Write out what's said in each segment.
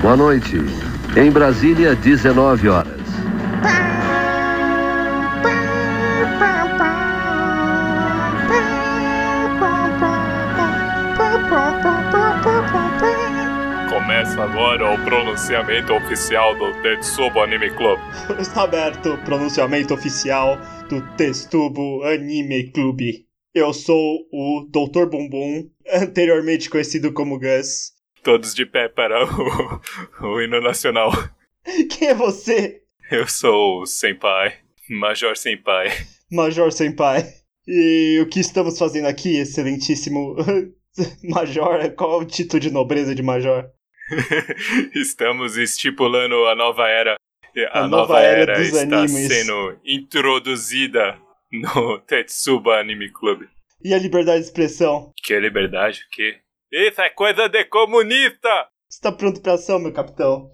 Boa noite. Em Brasília, 19 horas. Começa agora o pronunciamento oficial do Tetsubo Anime Club. Está aberto o pronunciamento oficial do Testubo Anime Clube. Eu sou o Dr. Bumbum, anteriormente conhecido como Gus. Todos de pé para o, o hino nacional. Quem é você, Eu sou o Senpai, Major Senpai. Major Senpai? E o que estamos fazendo aqui, excelentíssimo Major? Qual é o título de nobreza de Major? Estamos estipulando a nova era. E A, A nova era dos está animes. sendo introduzida no Tetsuba Anime Club. E a liberdade de expressão? Que liberdade, que... Isso é coisa de comunista! Está pronto para ação, meu capitão?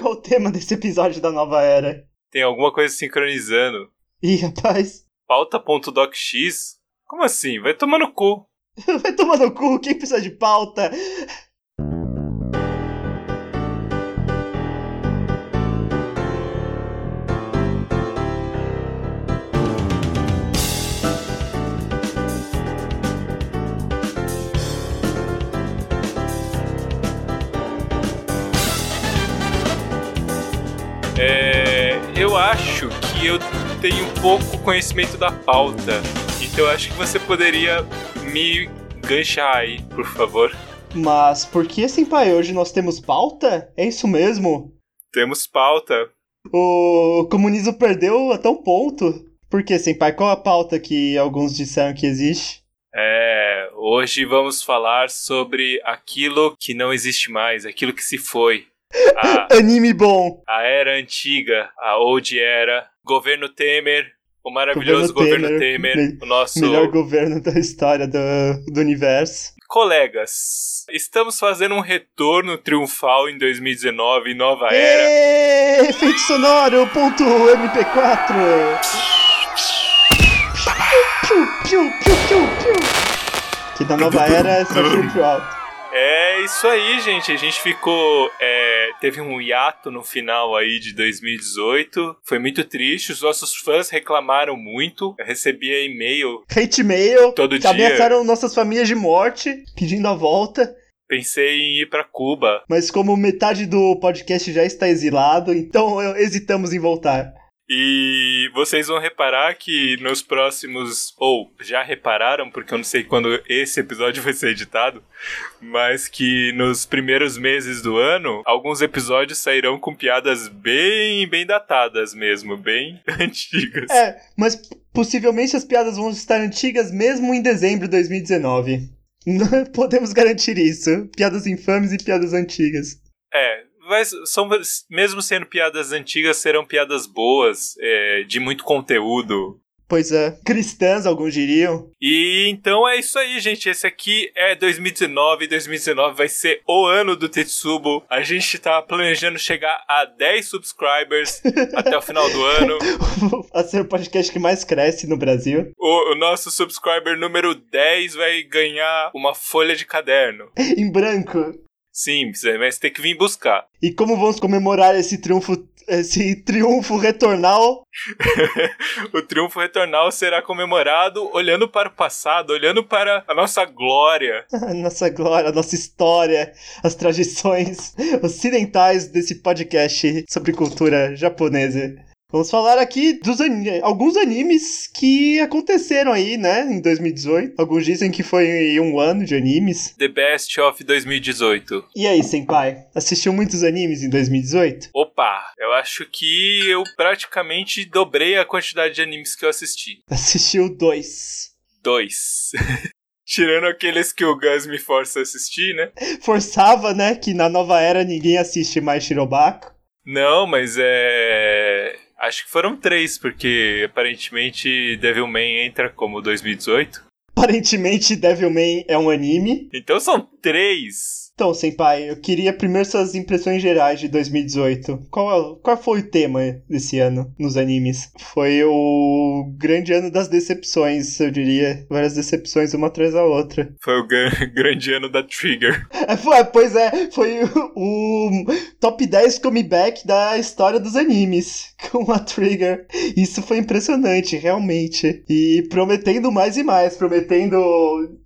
Qual o tema desse episódio da nova era? Tem alguma coisa sincronizando. Ih, rapaz, Pauta.docx? Como assim? Vai tomar no cu. vai tomar no cu, quem precisa de pauta? É, eu acho que eu tenho pouco conhecimento da pauta. Então eu acho que você poderia me ganchar aí, por favor. Mas por que, Senpai, hoje nós temos pauta? É isso mesmo? Temos pauta. O comunismo perdeu até um ponto. Por que, Senpai? Qual a pauta que alguns disseram que existe? É, hoje vamos falar sobre aquilo que não existe mais, aquilo que se foi. A, Anime bom! a era antiga, a old era, governo Temer, o maravilhoso governo, Governo Temer, Temer, o nosso Melhor governo da história do, do universo. colegas. Estamos fazendo um retorno triunfal em 2019, nova era. Ê, Efeito sonoro, ponto MP4! Piu, piu, piu, piu, piu. Que da nova era é só tiro pro alto. É isso aí, gente. A gente ficou. é, teve um hiato no final aí de 2018. Foi muito triste. Os nossos fãs reclamaram muito. Eu recebia e-mail. Hate mail, Todo que dia. ameaçaram nossas famílias de morte, pedindo a volta. Pensei em ir pra Cuba. Mas como metade do podcast já está exilado, então eu- hesitamos em voltar. E vocês vão reparar que nos próximos. Ou já repararam, porque eu não sei quando esse episódio vai ser editado. Mas que nos primeiros meses do ano, alguns episódios sairão com piadas bem, bem datadas mesmo, bem antigas. É, mas p- possivelmente as piadas vão estar antigas mesmo em dezembro de 2019. Não Podemos garantir isso. Piadas infames e piadas antigas. É, mas são, mesmo sendo piadas antigas, serão piadas boas, é, de muito conteúdo. Pois é, cristãs, alguns diriam. E então é isso aí, gente. Esse aqui é 2019. 2019 vai ser o ano do Tetsubo. A gente tá planejando chegar a 10 subscribers até o final do ano. A ser o podcast que mais cresce no Brasil. O, o nosso subscriber número 10 vai ganhar uma folha de caderno. Em branco. Sim, você vai ter que vir buscar. E como vamos comemorar esse triunfo, esse triunfo retornal? O triunfo retornal será comemorado olhando para o passado, olhando para a nossa glória. A nossa glória, a nossa história, as tradições ocidentais desse podcast sobre cultura japonesa. Vamos falar aqui dos ani- alguns animes que aconteceram aí, né, em 2018. Alguns dizem que foi um ano de animes. The Best of 2018. E aí, senpai? Assistiu muitos animes em 2018? Opa, eu acho que eu praticamente dobrei a quantidade de animes que eu assisti. Assistiu dois. Dois. Tirando aqueles que o Gus me força a assistir, né? Forçava, né, que na nova era ninguém assiste mais Shirobako. Não, mas é. Acho que foram três, porque aparentemente Devilman entra como 2018. Aparentemente, Devilman é um anime. Então são três. Então, Senpai, eu queria primeiro suas impressões gerais de 2018. Qual, qual foi o tema desse ano nos animes? Foi o grande ano das decepções, eu diria. Várias decepções uma atrás da outra. Foi o gran- grande ano da Trigger. É, foi- pois é, foi o, o top 10 comeback da história dos animes com a Trigger. Isso foi impressionante, realmente. E prometendo mais e mais, prometendo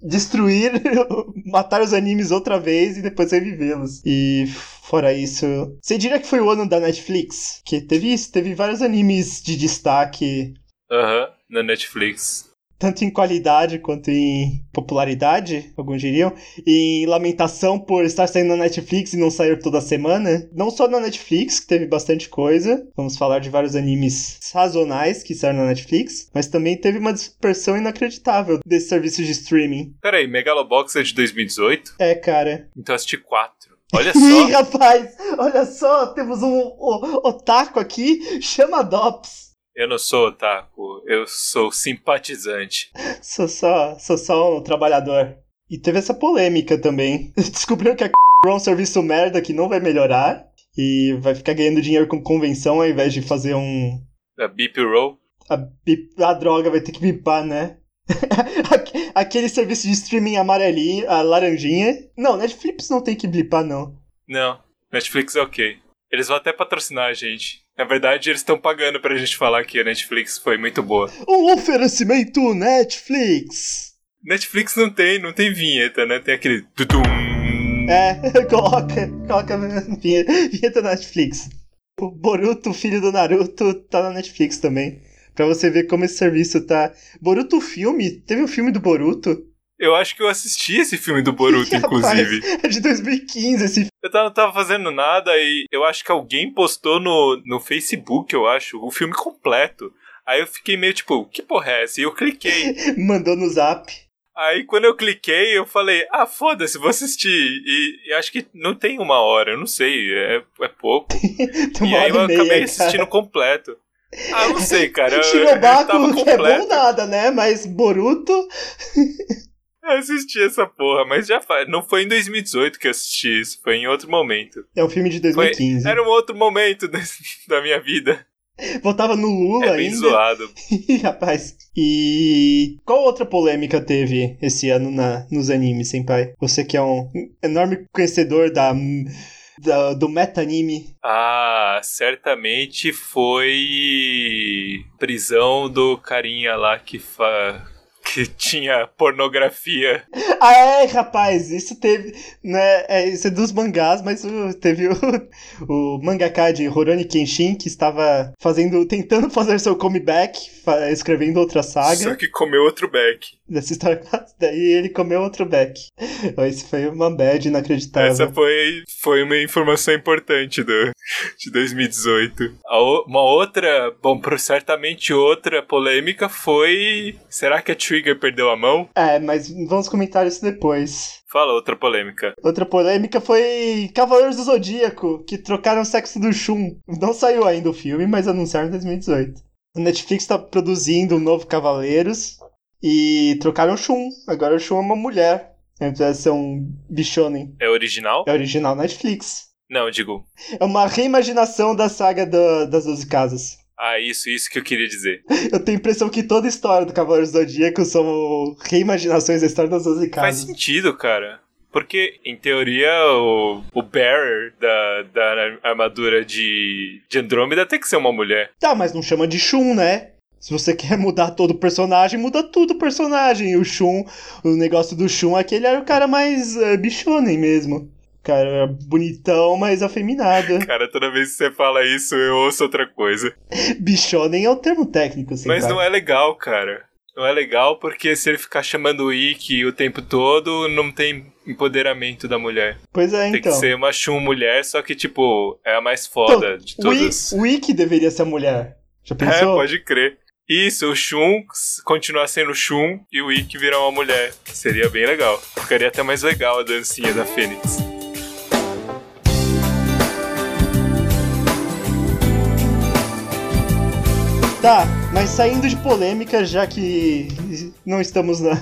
destruir, matar os animes outra vez e depois revivê-los. E fora isso, você diria que foi o ano da Netflix? Que teve isso, teve vários animes de destaque, Aham, na Netflix. tanto em qualidade quanto em popularidade, alguns diriam, e em lamentação por estar saindo na Netflix e não sair toda semana. Não só na Netflix, que teve bastante coisa, vamos falar de vários animes sazonais que saíram na Netflix, mas também teve uma dispersão inacreditável desse serviço de streaming. Peraí, Megalobox é de 2018? É, cara. Então eu assisti quatro. Olha É Ih, só. rapaz, olha só, temos um o- otaku aqui, chama Dops. eu não sou otaku, eu sou simpatizante. Sou só, sou só um trabalhador. E teve essa polêmica também. Descobriram que a é um serviço merda que não vai melhorar e vai ficar ganhando dinheiro com convenção ao invés de fazer um. A Beep Roll? A, bip- a droga vai ter que bipar, né? Aque- Aquele serviço de streaming amarelinho, a laranjinha. Não, Netflix não tem que blipar, não. Não, Netflix é ok. Eles vão até patrocinar a gente. Na verdade, eles estão pagando pra gente falar que a Netflix foi muito boa. Um oferecimento Netflix! Netflix não tem, não tem vinheta, né? Tem aquele. Tudum. É, coloca, coloca a vinhe- vinheta da Netflix. O Boruto, filho do Naruto, tá na Netflix também. Pra você ver como esse serviço tá. Boruto filme? Teve um filme do Boruto? Eu acho que eu assisti esse filme do Boruto, Rapaz, inclusive. é de 2015 esse Eu tava, não tava fazendo nada e eu acho que alguém postou no, no Facebook, eu acho, o filme completo. Aí eu fiquei meio tipo, que porra é essa? E eu cliquei. filme. Mandou no zap. Aí quando eu cliquei, eu falei, ah, foda-se, vou assistir. E, e acho que não tem uma hora, eu não sei, é, é pouco. Tem e uma aí eu hora e meia. acabei cara. assistindo completo. Ah, eu não sei, cara. Eu, eu tava Shirobako, que é bom completo. nada, né? Mas Boruto. Eu assisti essa porra, mas já faz. Não foi em 2018 que eu assisti isso, foi em outro momento. É um filme de Foi- 2015. Era um outro momento desse- da minha vida. Votava no Lula É bem ainda. zoado. Ih, Rapaz, e qual outra polêmica teve esse ano na, nos animes, senpai? Você que é um enorme conhecedor da, da- do meta-anime. Ah, certamente foi prisão do carinha lá que fa... que tinha pornografia. Ah, é, rapaz, isso teve, né, é, isso é dos mangás, mas uh, teve o, o mangaka de Horoni Kenshin que estava fazendo, tentando fazer seu comeback, fa- escrevendo outra saga. Só que comeu outro beck. Dessa história, daí ele comeu outro back. Isso foi uma bad inacreditável. Essa foi, foi uma informação importante do, de 2018. A o- uma outra, bom, pro- certamente outra polêmica foi. Será que a Trigger perdeu a mão? É, mas vamos comentar isso depois. Fala outra polêmica. Outra polêmica foi Cavaleiros do Zodíaco, que trocaram o sexo do Shun. Não saiu ainda o filme, mas anunciaram em 2018. O Netflix tá produzindo um novo Cavaleiros e trocaram o Shun. Agora o Shun é uma mulher, ao invés de ser um bichonem. É original? É original Netflix. Não, digo. É uma reimaginação da saga da- das 12 casas. Ah, isso, isso que eu queria dizer. Eu tenho a impressão que toda a história do Cavaleiros do Zodíaco são reimaginações da história das 12 Faz casas. sentido, cara. Porque, em teoria, o, o bearer da, da armadura de, de Andrômeda tem que ser uma mulher. Tá, mas não chama de Shun, né? Se você quer mudar todo o personagem, muda tudo o personagem. E o Shun, o negócio do Shun é que ele era o cara mais eh, bichonem mesmo. O cara era bonitão, mas afeminado. Cara, toda vez que você fala isso, eu ouço outra coisa. bichonem é o termo técnico, assim. Mas não é legal, cara. Não é legal porque se ele ficar chamando o Ikki o tempo todo, não tem empoderamento da mulher. Pois é, Tem então. que ser uma Shun mulher, só que, tipo, é a mais Então, foda de O I- todas. O Ikki deveria ser a mulher. Já É, pensou? pode crer. Isso, o Shun s- continuar sendo Shun e o Ikki virar uma mulher. Seria bem legal. Ficaria até mais legal a dancinha da Fênix. Tá, mas saindo de polêmica, já que não estamos na-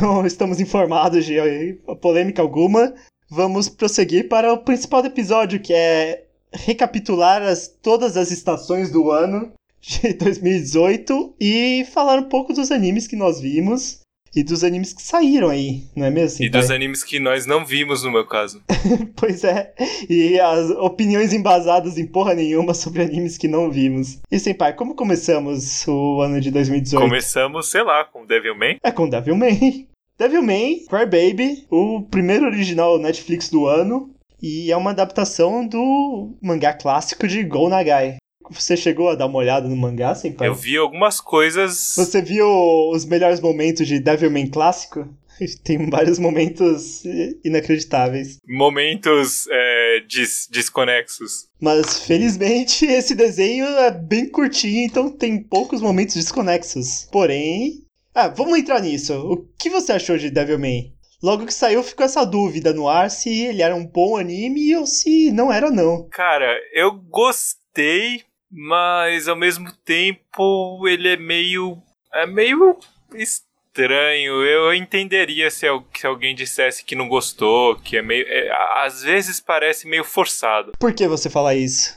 não estamos informados de eh, polêmica alguma, vamos prosseguir para o principal do episódio, que é recapitular as, todas as estações do ano de 2018 e falar um pouco dos animes que nós vimos e dos animes que saíram aí, não é mesmo? E Senpai? dos animes que nós não vimos, no meu caso. Pois é, e as opiniões embasadas em porra nenhuma sobre animes que não vimos. E Senpai, como começamos o ano de 2018? Começamos, sei lá, com Devilman. É com Devilman. Devilman, Crybaby, o primeiro original Netflix do ano. E é uma adaptação do mangá clássico de Gol Nagai. Você chegou a dar uma olhada no mangá, Senpai? Eu vi algumas coisas. Você viu os melhores momentos de Devilman clássico? Tem vários momentos eh, inacreditáveis. momentos é, des- desconexos. Mas felizmente esse desenho é bem curtinho, então tem poucos momentos desconexos. Porém. Ah, vamos entrar nisso. O que você achou de Devilman? Logo que saiu, ficou essa dúvida no ar se ele era um bom anime ou se não era, não. Cara, eu gostei, mas ao mesmo tempo ele é meio. É meio estranho. Eu entenderia se, al- se alguém dissesse que não gostou, que é meio. é, a- às vezes parece meio forçado. Por que você fala isso?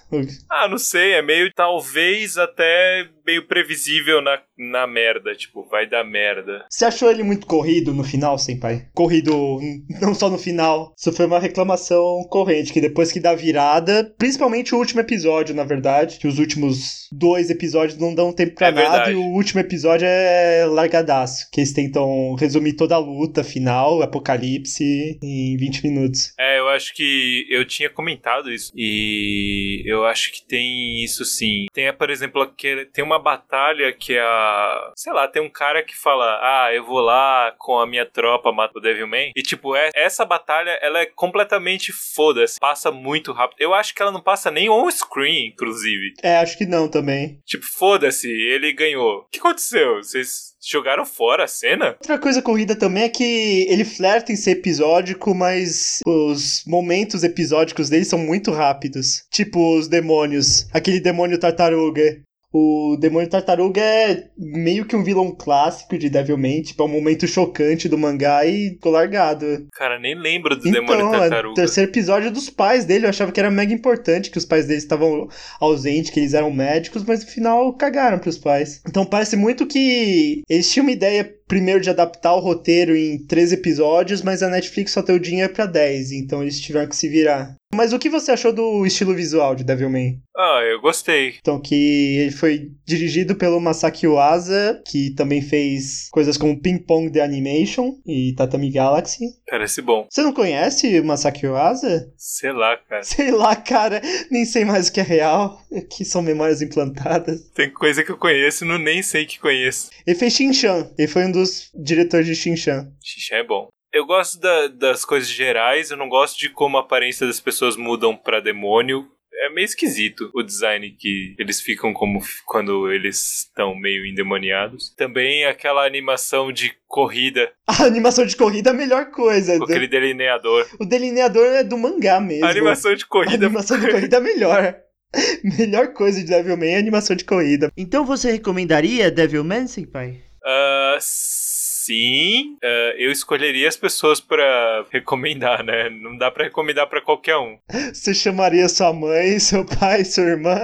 Ah, não sei, é meio. Talvez até meio previsível na, na merda. Tipo, vai dar merda. Você achou ele muito corrido no final, Senpai? Corrido n- não só no final. Isso foi uma reclamação corrente, que depois que dá a virada, principalmente o último episódio, na verdade, que os últimos dois episódios não dão tempo pra É nada, verdade. e o último episódio é largadaço, que eles tentam resumir toda a luta final, apocalipse, em 20 minutos. É, eu acho que eu tinha comentado isso. E eu acho que tem isso sim. Tem, por exemplo, aquele- tem uma batalha que é a. Sei lá, tem um cara que fala: Ah, eu vou lá com a minha tropa matar o Devilman. E tipo, é, essa batalha, ela é completamente foda-se. Passa muito rápido. Eu acho que ela não passa nem on-screen, inclusive. É, acho que não também. Tipo, foda-se, ele ganhou. O que aconteceu? Vocês jogaram fora a cena? Outra coisa corrida também é que ele flerta em ser episódico, mas os momentos episódicos dele são muito rápidos. Tipo os demônios. Aquele demônio tartaruga. O demônio tartaruga é meio que um vilão clássico de Devilman. Tipo, é um momento chocante do mangá e ficou largado. Cara, nem lembro do Demônio Então, é o Tartaruga. terceiro episódio dos pais dele. Eu achava que era mega importante que os pais dele estavam ausentes, que eles eram médicos, mas no final cagaram pros pais. Então parece muito que eles tinham uma ideia primeiro de adaptar o roteiro em três episódios, mas a Netflix só deu dinheiro pra 10, então eles tiveram que se virar. Mas o que você achou do estilo visual de Devilman? Ah, eu gostei. Então, que ele foi dirigido pelo Masaki Uasa, que também fez coisas como Ping Pong The Animation e Tatami Galaxy. Parece bom. Você não conhece o Masaki Uasa? Sei lá, cara. Sei lá, cara, nem sei mais o que é real, que são memórias implantadas. Tem coisa que eu conheço e não nem sei que conheço. Ele fez Shin-Chan, ele foi um dos diretores de Shin-Chan. Xixi é bom. Eu gosto da- das coisas gerais, eu não gosto de como a aparência das pessoas mudam pra demônio. É meio esquisito o design que eles ficam como f- quando eles estão meio endemoniados. Também aquela animação de corrida, A animação de corrida é a melhor coisa. com aquele delineador. O delineador é do mangá mesmo. A animação de A corrida animação de corrida é a melhor. melhor coisa de Devilman é a animação de corrida. Então você recomendaria Devilman, Senpai? Ah, sim, Ah, eu escolheria as pessoas pra recomendar, né? Não dá pra recomendar pra qualquer um. Você chamaria sua mãe, seu pai, sua irmã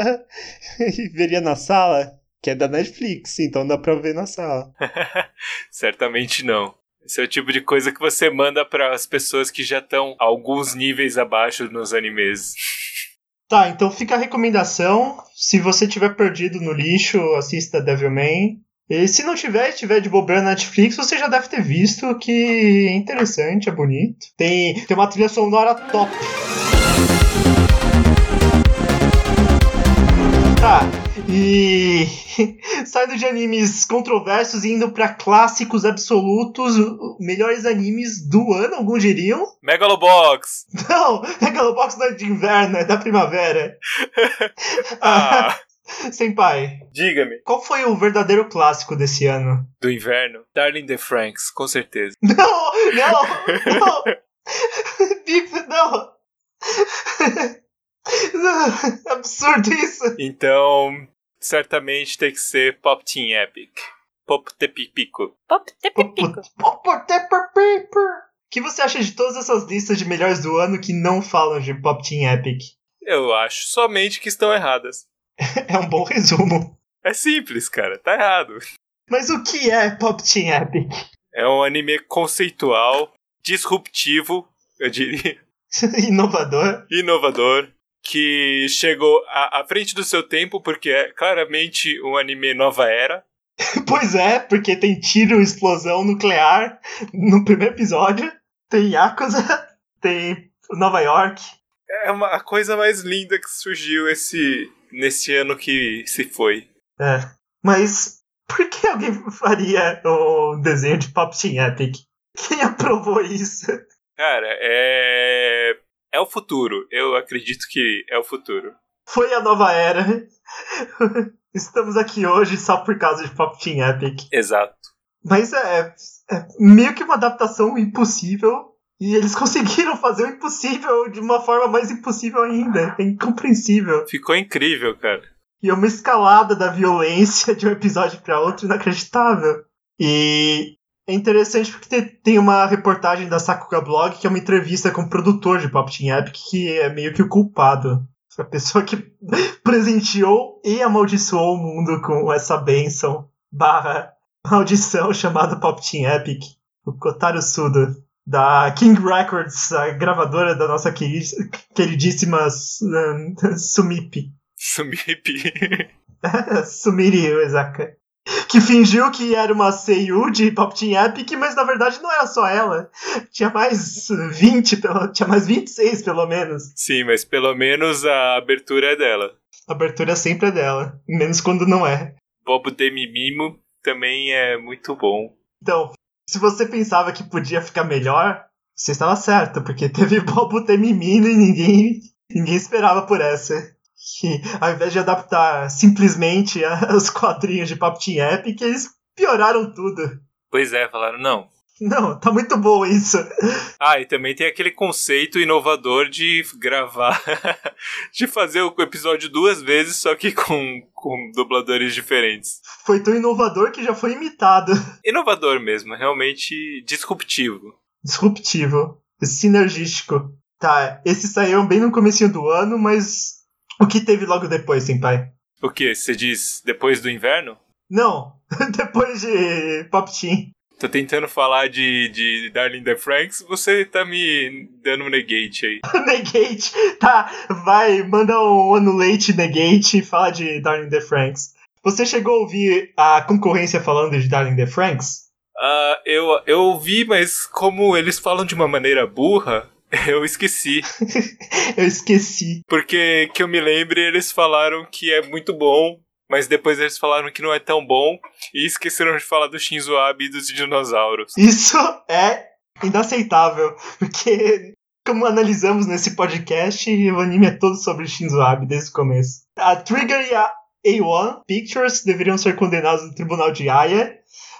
e veria na sala? Que é da Netflix, então dá pra ver na sala. Certamente não. Esse é o tipo de coisa que você manda para as pessoas que já estão alguns níveis abaixo nos animes. Tá, então fica a recomendação. Se você tiver perdido no lixo, assista Devilman. E se não tiver, estiver de bobeira na Netflix, você já deve ter visto que é interessante, é bonito. Tem, tem uma trilha sonora top. Tá, e saindo de animes controversos e indo pra clássicos absolutos, o- o- melhores animes do ano, alguns diriam. Megalobox! Não, Megalobox não é de inverno, é da primavera. Ah, Senpai, diga-me. qual foi o verdadeiro clássico desse ano? Do inverno? Darling the Franks, com certeza. Não, não, não! Bico, não! Não, Absurdo isso! Então, certamente tem que ser Pop Team Epic. Pop Tepipico. Pop Tepipico. Pop- pop- paper paper. que você acha de todas essas listas de melhores do ano que não falam de Pop Team Epic? Eu acho somente que estão erradas. É um bom resumo. É simples, cara, tá errado. Mas o que é Pop Team Epic? É um anime conceitual, disruptivo, eu diria, Inovador? inovador, que chegou à, à frente do seu tempo, porque é claramente um anime nova era. Pois é, porque tem tiro, explosão nuclear no primeiro episódio, tem Yakuza, tem Nova York. É uma, a coisa mais linda que surgiu esse, nesse ano que se foi. É. Mas por que alguém faria um desenho de Pop Team Epic? Quem aprovou isso? Cara, é. É o futuro. Eu acredito que é o futuro. Foi a nova era. Estamos aqui hoje só por causa de Pop Team Epic. Exato. Mas é, é meio que uma adaptação impossível. E eles conseguiram fazer o impossível de uma forma mais impossível ainda. É incompreensível. Ficou incrível, cara. E é uma escalada da violência de um episódio pra outro inacreditável. E é interessante porque te- tem uma reportagem da Sakuga Blog, que é uma entrevista com o produtor de Pop Team Epic, que é meio que o culpado. A pessoa que presenteou e amaldiçoou o mundo com essa benção barra maldição chamada Pop Team Epic. O Kotaro Suda, da King Records, a gravadora da nossa queri- queridíssima Su- Sumipi. Sumipe. Sumiri Uezaka. Que fingiu que era uma seiyuu de Pop Team Epic, mas na verdade não era só ela. Tinha mais eh, 20, pelo... tinha mais 26 pelo menos. Sim, mas pelo menos a abertura é dela. A abertura sempre é dela, menos quando não é. Bobo Demimimo também é muito bom. Então, se você pensava que podia ficar melhor, você estava certo, porque teve Bobo Temimino e ninguém, ninguém esperava por essa. Que ao invés de adaptar simplesmente a- os quadrinhos de Pop Team Epic, eles pioraram tudo. Pois é, falaram, não. Não, tá muito bom isso. Ah, e também tem aquele conceito inovador de gravar, de fazer o episódio duas vezes, só que com, com dubladores diferentes. foi tão inovador que já foi imitado. Inovador mesmo, realmente disruptivo. Disruptivo, sinergístico. Tá, esses saíram bem no comecinho do ano, mas o que teve logo depois, Senpai? O que? Você diz depois do inverno? Não, depois de Pop Team. Tô tentando falar de, de Darling the Franks, você tá me dando um negate aí. Negate, tá, vai, manda um Anulate Negate e fala de Darling the Franks. Você chegou a ouvir a concorrência falando de Darling the Franks? Ah, eu, eu ouvi, mas como eles falam de uma maneira burra, eu esqueci. Eu esqueci. Porque que eu me lembre, eles falaram que é muito bom, mas depois eles falaram que não é tão bom e esqueceram de falar do Shinzo Abe e dos dinossauros. Isso é inaceitável, porque como analisamos nesse podcast, o anime é todo sobre Shinzo Abe desde o começo. A Trigger e a A1 Pictures deveriam ser condenados no tribunal de Aya,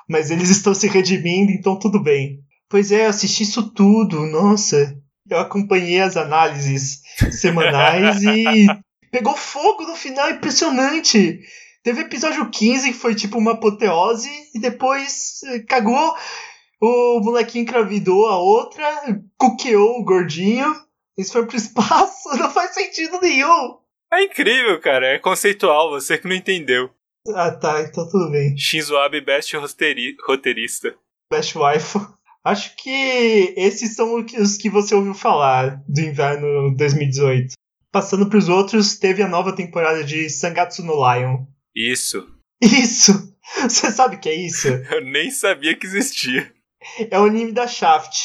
mas eles estão se redimindo, então tudo bem. Pois é, eu assisti isso tudo, nossa. Eu acompanhei as análises semanais e pegou fogo no final, impressionante. Teve episódio 15 que foi tipo uma apoteose e depois eh, cagou o molequinho engravidou a outra, cuqueou o gordinho, eles foram pro espaço, não faz sentido nenhum. É incrível, cara, é conceitual, você que não entendeu. Ah tá, então tudo bem. Shinzo Abe, best roteiri- roteirista. Best Wife. Acho que esses são o que- os que você ouviu falar do inverno 2018. Passando pros outros, teve a nova temporada de Sangatsu no Lion. Isso, Isso! Você sabe o que é isso? eu nem sabia que existia. É o anime da Shaft,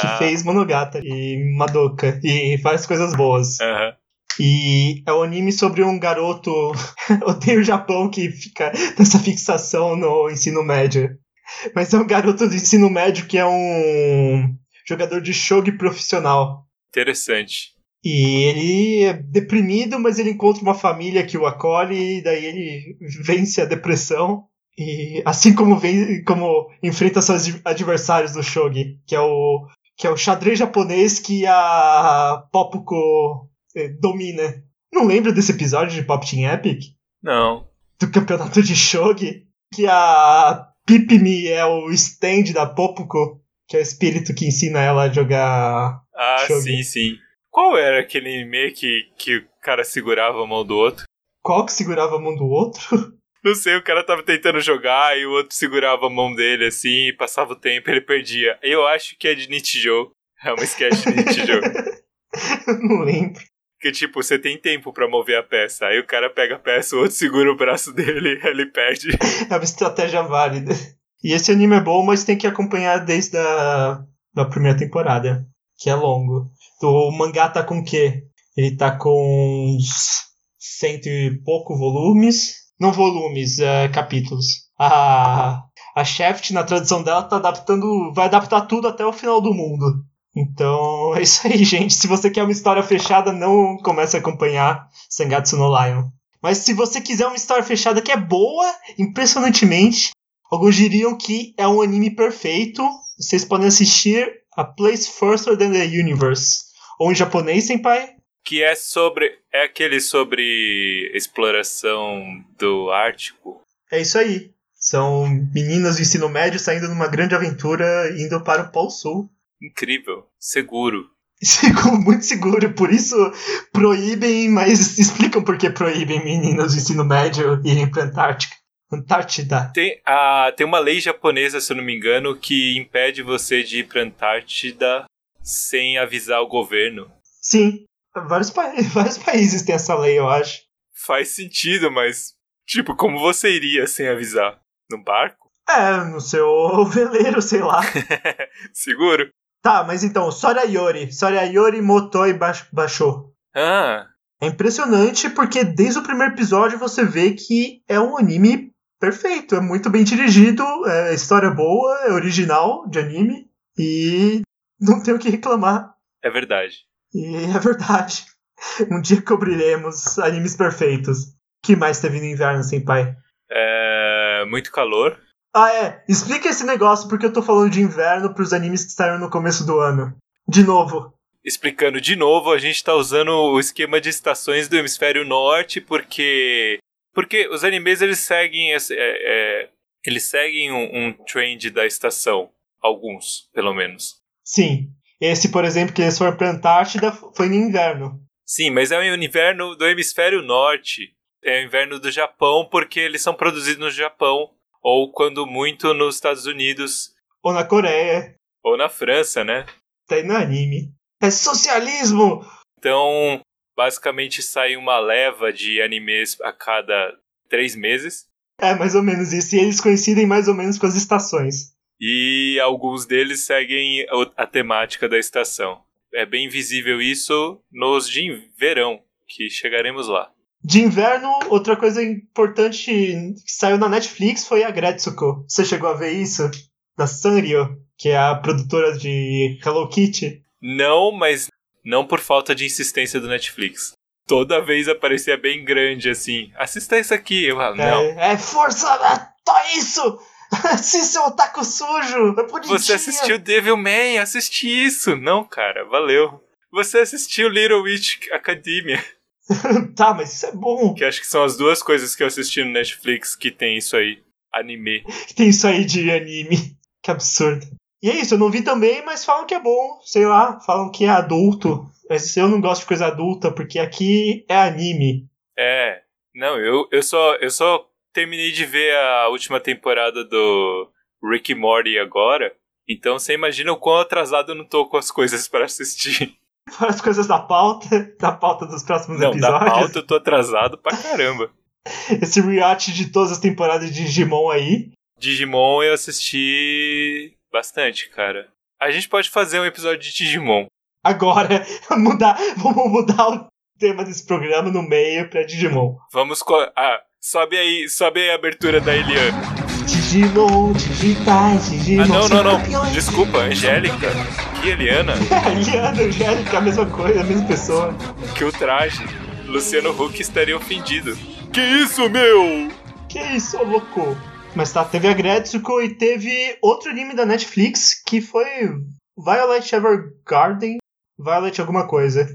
que Ah, fez Monogatari e Madoka e várias coisas boas. aham. E é um anime sobre um garoto. Odeio o Japão que fica nessa fixação no ensino médio. Mas é um garoto do ensino médio que é um jogador de shogi profissional. Interessante. E ele é deprimido, mas ele encontra uma família que o acolhe, e daí ele vence a depressão. E assim como, ven- como enfrenta seus ad- adversários do shogi, que é o que é o xadrez japonês que a Popuko eh, domina. Não lembra desse episódio de Pop Team Epic? Não. Do campeonato de shogi? Que a Pipimi é o stand da Popuko, Que é o espírito que ensina ela a jogar. Ah, Shogun. sim, sim. Qual era aquele anime que, que o cara segurava a mão do outro? Qual que segurava a mão do outro? Não sei, o cara tava tentando jogar e o outro segurava a mão dele assim, e passava o tempo, ele perdia. Eu acho que é de Nichijou. É uma sketch de Nichijou. Não lembro. Que tipo, você tem tempo pra mover a peça. Aí o cara pega a peça, o outro segura o braço dele, ele perde. É uma estratégia válida. E esse anime é bom, mas tem que acompanhar desde a da primeira temporada, que é longo. Então, o mangá tá com o quê? Ele tá com uns cento e pouco volumes. Não volumes, é, capítulos. A, a Shaft, na tradução dela, tá adaptando. Vai adaptar tudo até o final do mundo. Então é isso aí, gente. Se você quer uma história fechada, não comece a acompanhar Sangatsu no Lion. Mas se você quiser uma história fechada que é boa, impressionantemente, alguns diriam que é um anime perfeito. Vocês podem assistir A Place Further Than the Universe. Ou em japonês, senpai? Que é sobre. É aquele sobre exploração do Ártico. É isso aí. São meninas do ensino médio saindo numa grande aventura indo para o Polo Sul. Incrível. Seguro. Ficou muito seguro, por isso proíbem, mas explicam por que proíbem meninas do ensino médio irem para a Antártica. Antártida. Tem, a, tem uma lei japonesa, se eu não me engano, que impede você de ir pra Antártida sem avisar o governo. Sim, vários, pa- vários países têm essa lei, eu acho. Faz sentido, mas. Tipo, como você iria sem avisar? No barco? É, no seu veleiro, sei lá. Seguro? tá, mas então, Sorayori. Sorayori Motoi Ba- Basho. Ah, É impressionante porque desde o primeiro episódio você vê que é um anime perfeito. É muito bem dirigido, é história boa, é original de anime. E não tem o que reclamar. é verdade. E é verdade. Um dia cobriremos animes perfeitos. O que mais teve no inverno, senpai? É, muito calor. Ah, é. Explica esse negócio porque eu tô falando de inverno pros animes que saíram no começo do ano. De novo. Explicando de novo, a gente tá usando o esquema de estações do hemisfério norte porque porque os animes eles seguem esse- é, é, eles seguem um, um trend da estação, alguns, pelo menos. Sim. Esse, por exemplo, que eles foram pra Antártida foi no inverno. Sim, mas é o inverno do hemisfério norte. É o inverno do Japão porque eles são produzidos no Japão ou quando muito nos Estados Unidos Ou na Coreia. ou na França, né? Tá aí no anime. É socialismo! Então, basicamente sai uma leva de animes a cada três meses. É mais ou menos isso. E eles coincidem mais ou menos com as estações. e alguns deles seguem o- a temática da estação. É bem visível isso nos de in- verão, que chegaremos lá. De inverno, outra coisa importante que saiu na Netflix foi a Gretsuko. Você chegou a ver isso? Da Sanrio, que é a produtora de Hello Kitty. Não, mas não por falta de insistência do Netflix. Toda vez aparecia bem grande assim. Assista isso aqui. Eu falo, não. É, é força, é só isso! Assista o taco sujo! É bonitinho! Você assistiu Devil May, assisti isso. Não, cara, valeu. Você assistiu Little Witch Academia, tá, mas isso é bom. que acho que são as duas coisas que eu assisti no Netflix que tem isso aí. Anime. Que tem isso aí de anime. Que absurdo. E é isso, eu não vi também, mas falam que é bom. Sei lá, falam que é adulto. Mas eu não gosto de coisa adulta, porque aqui é anime. É. Não, eu, eu só eu só terminei de ver a última temporada do Rick e Morty agora. Então você imagina o quão atrasado eu não tô com as coisas pra assistir. Fora as coisas da pauta, da pauta dos próximos Não, da episódios. pauta eu tô atrasado pra caramba. Esse react de todas as temporadas de Digimon aí. Digimon eu assisti bastante, cara. A gente pode fazer um episódio de Digimon. Agora, mudar, vamos mudar o tema desse programa no meio pra Digimon. Vamos co ah, sobe aí, sobe aí a abertura da Elian. Digimon, digitais, Digimon. Ah, não, não, não. campeões. Desculpa, Angélica. Que Eliana? É, Liana, Angélica, a mesma coisa, a mesma pessoa. Que o traje. Luciano Huck estaria ofendido. Que isso, meu? Que isso, ô louco. Mas tá, teve a Gretsuko e teve outro anime da Netflix que foi Violet Evergarden. Violet alguma coisa.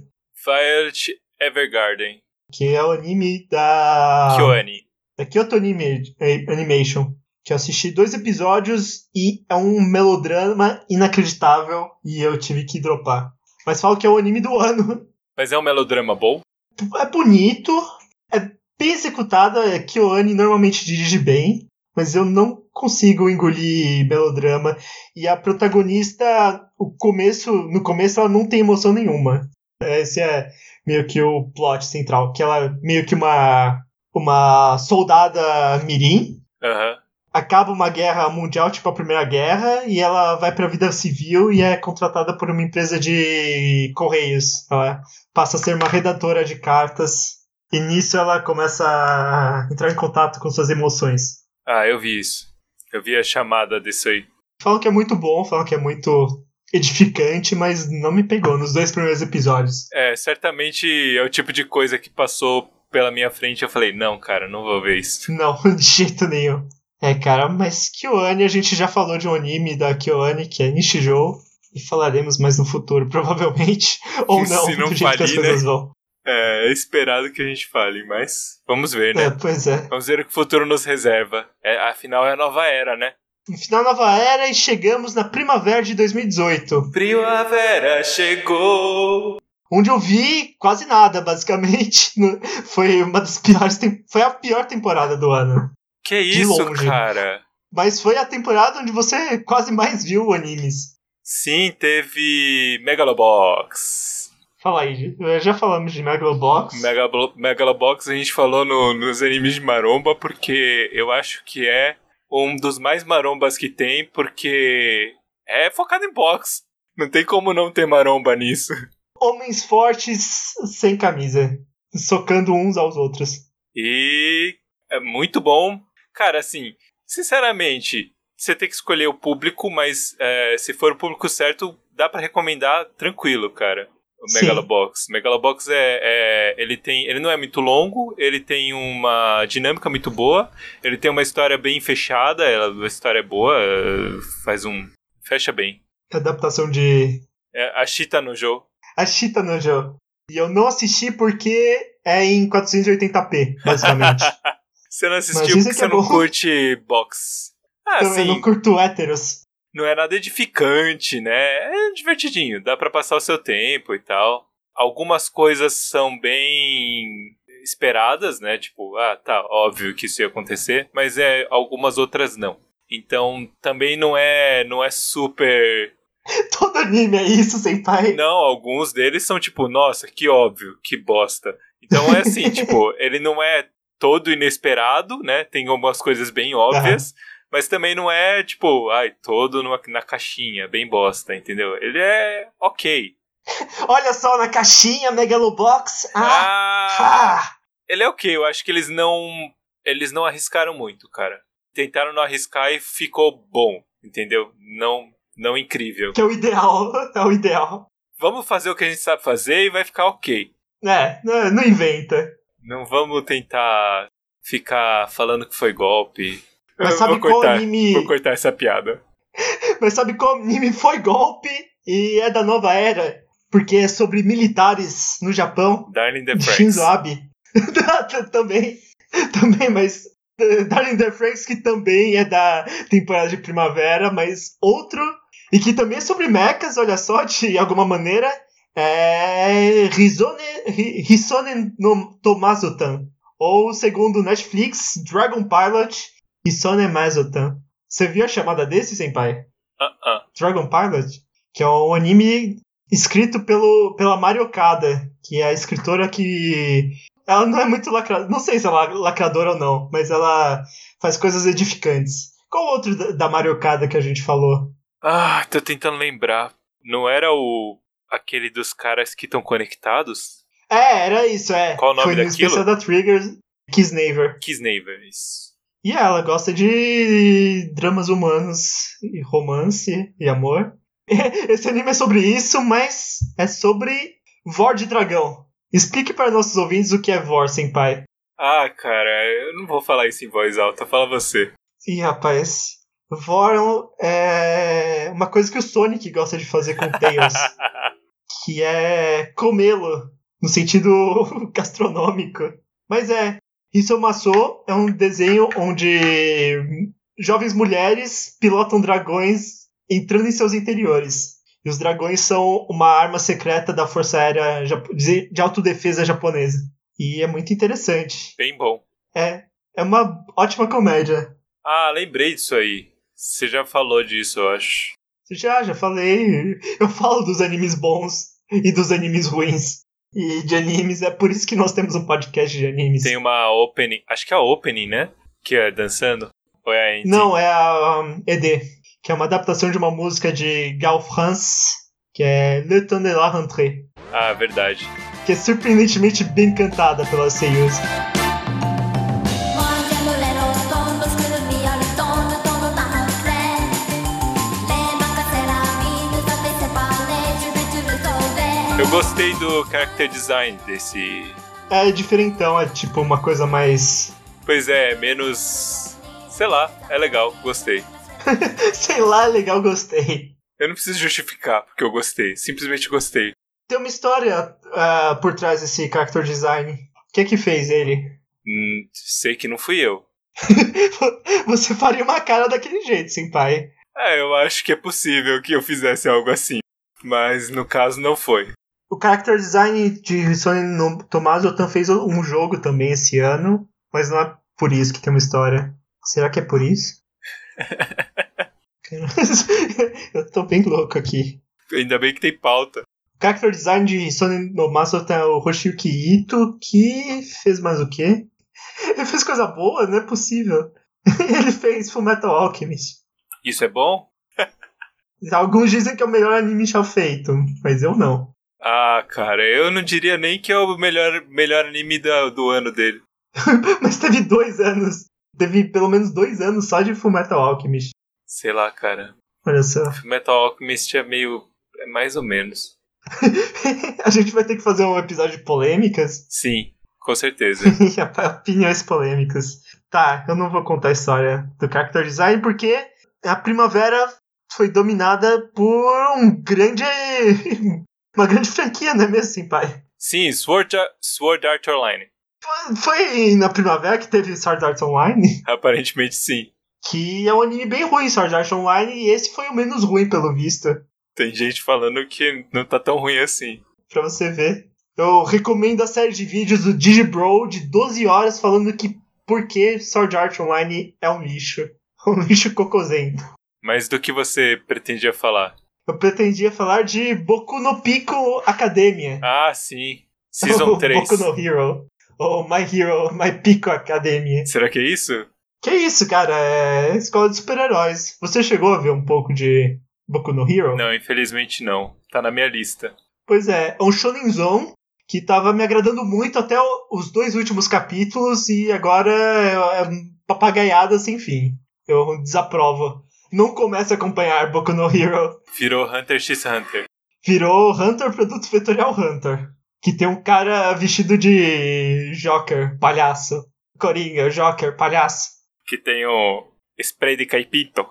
Violet Evergarden. Que é o anime da. Kyoani. Da Kyoto anime, eh, Animation. que eu assisti dois episódios e é um melodrama inacreditável e eu tive que dropar. Mas falo que é o anime do ano. Mas é um melodrama bom? É bonito, é bem executado, é que o Anne normalmente dirige bem, mas eu não consigo engolir melodrama. E a protagonista, o começo, no começo ela não tem emoção nenhuma. Esse é meio que o plot central, que ela é meio que uma uma soldada mirim, Aham. acaba uma guerra mundial, tipo a Primeira Guerra, e ela vai pra vida civil e é contratada por uma empresa de correios. Ela passa a ser uma redatora de cartas. E nisso ela começa a entrar em contato com suas emoções. Ah, eu vi isso. Eu vi a chamada disso aí. Falam que é muito bom, falam que é muito edificante, mas não me pegou nos dois primeiros episódios. É, certamente é o tipo de coisa que passou pela minha frente. Eu falei, não, cara, não vou ver isso. Não, de jeito nenhum. É, cara, mas Kyoane, a gente já falou de um anime da Kyoane, que é Nishijou, e falaremos mais no futuro, provavelmente. Ou Se não, não do jeito que as falir, né? coisas vão. É, é esperado que a gente fale, mas vamos ver, É, né? pois é. Vamos ver o que o futuro nos reserva. É, afinal, é a nova era, né? No final da nova era e chegamos na primavera de 2018, Primavera chegou. onde eu vi quase nada, basicamente. Foi uma das piores, tem- foi a pior temporada do ano. Que isso, longe. cara? Mas foi a temporada onde você quase mais viu animes. Sim, teve Megalobox. Fala aí, já falamos de Megalobox. Megablo- Megalobox a gente falou no- nos animes de maromba porque eu acho que é um dos mais marombas que tem, porque é focado em box. Não tem como não ter maromba nisso. Homens fortes sem camisa, socando uns aos outros. E é muito bom. Cara, assim, sinceramente, você tem que escolher o público, mas é, se for o público certo, dá pra recomendar tranquilo, cara. O Sim. Megalobox. Megalobox é, é- ele tem, ele não é muito longo, ele tem uma dinâmica muito boa, ele tem uma história bem fechada, ela, a história é boa, é, faz um fecha bem. Adaptação de É, a Chita no jogo. A Chita Nojo. E eu não assisti porque é em 480p, basicamente. Você não Mas assistiu dizem porque que você é não bom. curte box. Ah, então sim. eu não curto héteros. não é nada edificante, né? É divertidinho, dá pra passar o seu tempo e tal. Algumas coisas são bem esperadas, né? Tipo, ah, tá, óbvio que isso ia acontecer, mas é algumas outras não. Então, também não é, não é super Todo anime é isso, sem pai. não, alguns deles são tipo, nossa, que óbvio, que bosta. Então é assim, tipo, ele não é todo inesperado, né? Tem algumas coisas bem óbvias, mas também não é, tipo, ai, todo numa- na caixinha, bem bosta, entendeu? Ele é ok. Olha só na caixinha Megalobox. Ah, Ah! ah. Ele é ok, eu acho que eles não. Eles não arriscaram muito, cara. Tentaram não arriscar e ficou bom, entendeu? Não, não incrível. Que é o ideal. É o ideal. Vamos fazer o que a gente sabe fazer e vai ficar ok. É, não, não inventa. Não vamos tentar ficar falando que foi golpe. Mas Eu sabe vou qual cortar, anime. Vou cortar essa piada. Mas sabe qual anime foi golpe? E é da nova era. Porque é sobre militares no Japão. Darling the De Franks. Shinzo Abe. também. Também, mas. eh, Darling the Franks, que também é da temporada de primavera, mas outro. E que também é sobre mechas, olha só, de alguma maneira. É. Rizone, Ri- Risone no Tomazotan. Ou, segundo Netflix, Dragon Pilot Risone Mazotan. Você viu a chamada desse, senpai? Ah, ah. Dragon Pilot? Que é um anime escrito pelo, pela Mari Okada, que é a escritora que. Ela não é muito lacradora. Não sei se ela é lacradora ou não, mas ela faz coisas edificantes. Qual outro da- da Mari Okada que a gente falou? Ah, tô tentando lembrar. Não era o. aquele dos caras que estão conectados? É, era isso, é. Qual o nome Foi no daquilo? especial da Trigger, Kisnaver. Kisnaver, isso. E ela gosta de dramas humanos, e romance e amor. Esse anime é sobre isso, mas é sobre Vor de Dragão. Explique para nossos ouvintes o que é Vor, senpai. Ah, cara, eu não vou falar isso em voz alta, fala você. Ih, rapaz. Voron é uma coisa que o Sonic gosta de fazer com o Tails, que é comê-lo, no sentido gastronômico. Mas é, Hisomaso é um desenho é onde jovens mulheres pilotam dragões entrando em seus interiores. E os dragões são uma arma secreta da Força Aérea Japo- de de Autodefesa Japonesa. E é muito interessante. Bem bom. É, é uma ótima comédia. Ah, lembrei disso aí. Você já falou disso, eu acho. Já, já falei. Eu falo dos animes bons e dos animes ruins. E de animes, é por isso que nós temos um podcast de animes. Tem uma opening. Acho que é a opening, né? Que é dançando. Ou é a ending? Não, é a um, ED, que é uma adaptação de uma música de Gal France, que é Le Temps de la Rentrée, Ah, verdade. que é surpreendentemente bem cantada pela Seiyus. Moisemoleros tombos que le violent tombe tombe par un trait. Les marques et la mine, nous avons séparé, je vais te le sauver. Eu gostei do character design desse. É diferentão, é tipo uma coisa mais. Pois é, menos. Sei lá, é legal, gostei. Sei lá, legal, gostei. Eu não preciso justificar porque eu gostei, simplesmente gostei. Tem uma história ah, por trás desse character design. O que que fez ele? Hum, sei que não fui eu. Você faria uma cara daquele jeito, senpai. É, eu acho que é possível que eu fizesse algo assim. Mas no caso não foi. O character design de Sony no Tomás Otan fez um jogo também esse ano, mas não é por isso que tem uma história. Será que é por isso? Eu tô bem louco aqui. Ainda bem que tem pauta. O character design de Sony no Maso é o Hoshiyuki Ito, que fez mais o quê? Ele fez coisa boa, não é possível. Ele fez Fullmetal Alchemist. Isso é bom? Alguns dizem que é o melhor anime já feito, mas eu não. Ah, cara, eu não diria nem que é o melhor, melhor anime da- do ano dele. Mas teve dois anos. Teve pelo menos dois anos só de Fullmetal Alchemist. Sei lá, cara. Olha só. Metal Alchemist é meio. É mais ou menos. A gente vai ter que fazer um episódio de polêmicas. Sim, com certeza. Opiniões polêmicas. Tá, eu não vou contar a história do character design porque a primavera foi dominada por um grande. Uma grande franquia, não é mesmo, Senpai? Sim, Sword, Ar- Sword Art Online. Foi na primavera que teve Sword Art Online, Aparentemente sim. que é um anime bem ruim, Sword Art Online, e esse foi o menos ruim, pelo visto. Tem gente falando que não tá tão ruim assim. Pra você ver. Eu recomendo a série de vídeos do Digibro de 12 horas falando que por que Sword Art Online é um lixo. Um lixo cocosento. Mas do que você pretendia falar? Eu pretendia falar de Boku no Pico Academia. Ah, sim. Ou Season 3. Boku no Hero. Ou My Hero, My Pico Academia. Será que é isso? Que isso, cara? É escola de super-heróis. Você chegou a ver um pouco de Boku no Hero? Não, infelizmente não. Tá na minha lista. Pois é, é um shonenzão que tava me agradando muito até o- os dois últimos capítulos e agora é é um papagaiada sem fim. Eu desaprovo. Não comece a acompanhar Boku no Hero. Virou Hunter x Hunter. Virou Hunter Produto Vetorial Hunter. Que tem um cara vestido de Joker, palhaço. Coringa, Joker, palhaço. Que tem o spray de caipinto.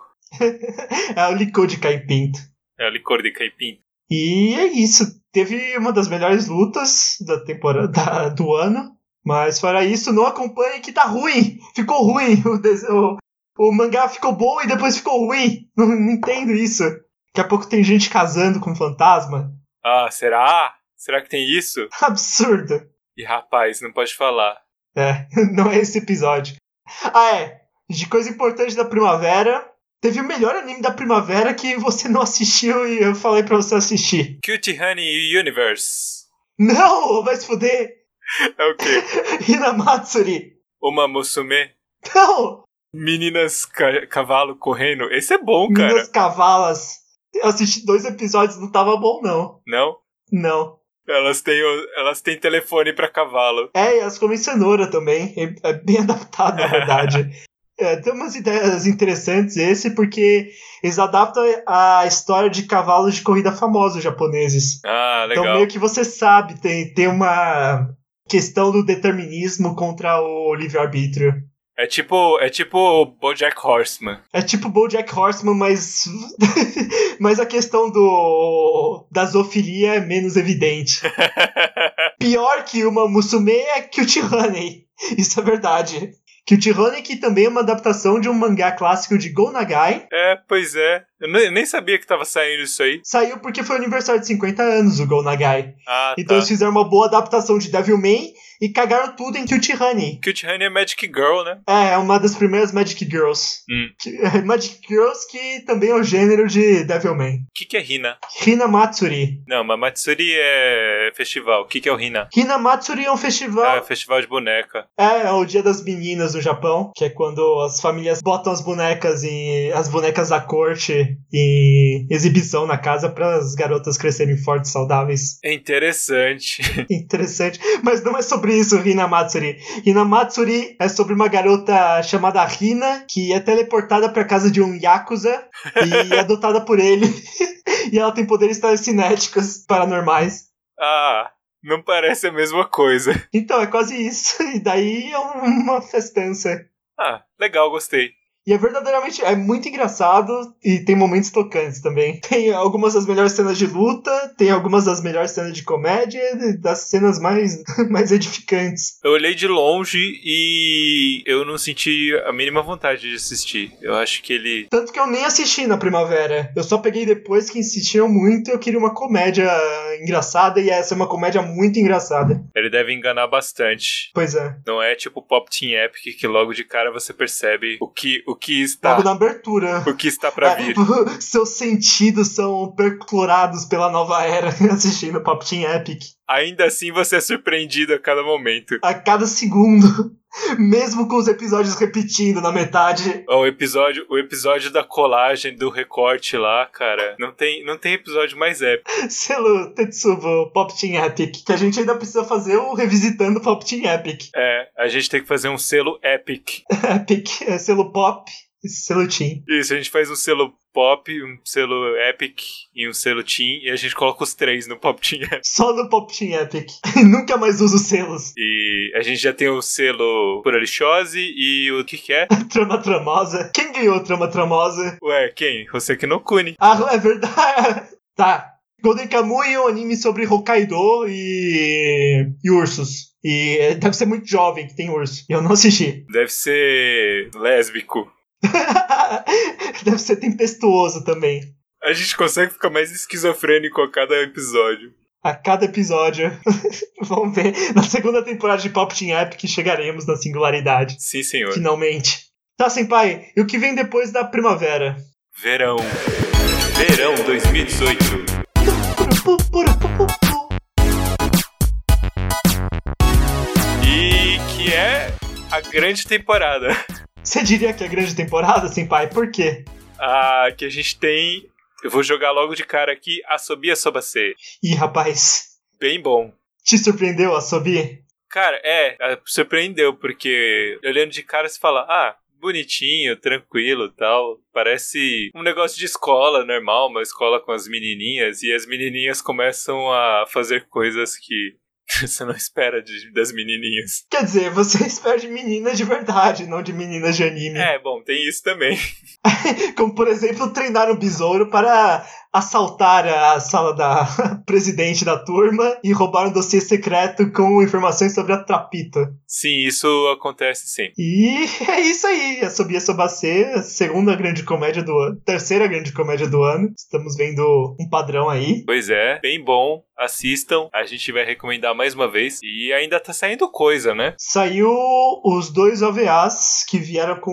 É o Licou de Caipinto. É o licor de caipinto. E é isso. Teve uma das melhores lutas da temporada da- do ano. Mas fora isso, não acompanhe que tá ruim. Ficou ruim. O, des- o, o mangá ficou bom e depois ficou ruim. Não, não entendo isso. Daqui a pouco tem gente casando com fantasma. Ah, será? Será que tem isso? Absurdo. E rapaz, não pode falar. É, não é esse episódio. Ah, é. De coisa importante da primavera. Teve o melhor anime da primavera que você não assistiu e eu falei pra você assistir. Cute Honey Universe. Não, vai se fuder. É o quê? Hinamatsuri. Uma Musume? Não. Meninas ca- cavalo correndo. Esse é bom, cara. Minas Cavalas. Eu assisti dois episódios, não tava bom, não. Não? Não. Elas têm, o- elas têm telefone pra cavalo. É, e elas comem cenoura também. É, é bem adaptado, na verdade. É, tem umas ideias interessantes esse, porque eles adaptam a história de cavalos de corrida famosos japoneses. Ah, Então, legal. meio que você sabe, tem, tem uma questão do determinismo contra o livre-arbítrio. É tipo, é tipo o BoJack Horseman. É tipo BoJack Horseman, mas mas a questão do da zoofilia é menos evidente. Pior que uma Musume é Cute Honey. Isso é verdade. Que o Chihoneki também é uma adaptação de um mangá clássico de Go Nagai. É, pois é. Eu ne- nem sabia que tava saindo isso aí. Saiu porque foi aniversário de 50 anos o Go Nagai. Ah, tá. Então eles fizeram uma boa adaptação de Devilman e cagaram tudo em Cute Honey. Cute Honey é Magic Girl, né? É, é uma das primeiras Magic Girls. Hum. Que- Magic Girls que também é o gênero de Devilman. O que, que é Hina? Hina Matsuri. Não, mas Matsuri é festival. O que, que é o Hina? Hina Matsuri é um Ah, é festival. festival de boneca. É, é o dia das meninas do Japão, que é quando as famílias botam as bonecas em. as bonecas da corte em exibição na casa para as garotas crescerem fortes, saudáveis. É interessante. Interessante. Mas não é sobre isso, Hina Matsuri. Hina Matsuri é sobre uma garota chamada Hina, que é teleportada pra casa de um Yakuza e é adotada por ele. e ela tem poderes telecinéticos paranormais. Ah, não parece a mesma coisa. Então, é quase isso. E daí é uma festança. Ah, legal, gostei. E é verdadeiramente é muito engraçado e tem momentos tocantes também. Tem algumas das melhores cenas de luta, tem algumas das melhores cenas de comédia, e das cenas mais, mais edificantes. Eu olhei de longe e eu não senti a mínima vontade de assistir. Eu acho que ele. Tanto que eu nem assisti na primavera. Eu só peguei depois que insistiram muito eu queria uma comédia engraçada e essa é uma comédia muito engraçada. Ele deve enganar bastante. Pois é. Não é tipo Pop Team Epic que logo de cara você percebe o que, o que está. Logo na abertura. O que está Tá. pra É, vir. seus sentidos são perclorados pela nova era assistindo Pop Team Epic. Ainda assim você é surpreendido a cada momento. a cada segundo. Mesmo com os episódios repetindo na metade. Ó, O É um episódio, o episódio da colagem, do recorte lá, cara. Não tem, não tem episódio mais épico. Selo Tetsubo Pop Team Epic. Que a gente ainda precisa fazer o Revisitando Pop Team Epic. É, a gente tem que fazer um selo epic. Epic é selo pop e selo team. Isso, a gente faz um selo pop, um selo epic e um selo team. E a gente coloca os três no pop team. Epic. Só no Pop Team Epic. Nunca mais uso selos. E a gente já tem o selo Puralixose e o que que é? Trama Tramosa. Quem ganhou Trama Tramosa? Ué, quem? Você que no Kuni. Ah, é verdade. Tá. Golden Kamuy é um anime sobre Hokkaido e, e ursos. E é, deve ser muito jovem que tem urso. E eu não assisti. Deve ser lésbico. Deve ser tempestuoso também. A gente consegue ficar mais esquizofrênico a cada episódio. A cada episódio. Vamos ver. Na segunda temporada de Pop Team Epic chegaremos na singularidade. Sim, senhor. Finalmente. Tá, Senpai, e o que vem depois da primavera? Verão. Verão 2018. E que é a grande temporada. Você diria que é a grande temporada, Senpai? Por quê? Ah, que a gente tem. Eu vou jogar logo de cara aqui Asobia Sobacê. Ih, rapaz. Bem bom. Te surpreendeu, Asobi? Cara, é, é, surpreendeu, porque olhando de cara você fala, ah, bonitinho, tranquilo tal. Parece um negócio de escola normal, uma escola com as menininhas, e as menininhas começam a fazer coisas que você não espera de- das menininhas. Quer dizer, você espera de meninas de verdade, não de meninas de anime. É, bom, tem isso também. Como, por exemplo, treinar um besouro para assaltar a sala da presidente da turma e roubar um dossiê secreto com informações sobre a Trapita. Sim, isso acontece sim. E é isso aí. A Sobia Sobacê, a segunda grande comédia do ano. Terceira grande comédia do ano. Estamos vendo um padrão aí. Pois é, bem bom. Assistam, a gente vai recomendar mais uma vez. E ainda tá saindo coisa, né? Saiu os dois OVAs que vieram com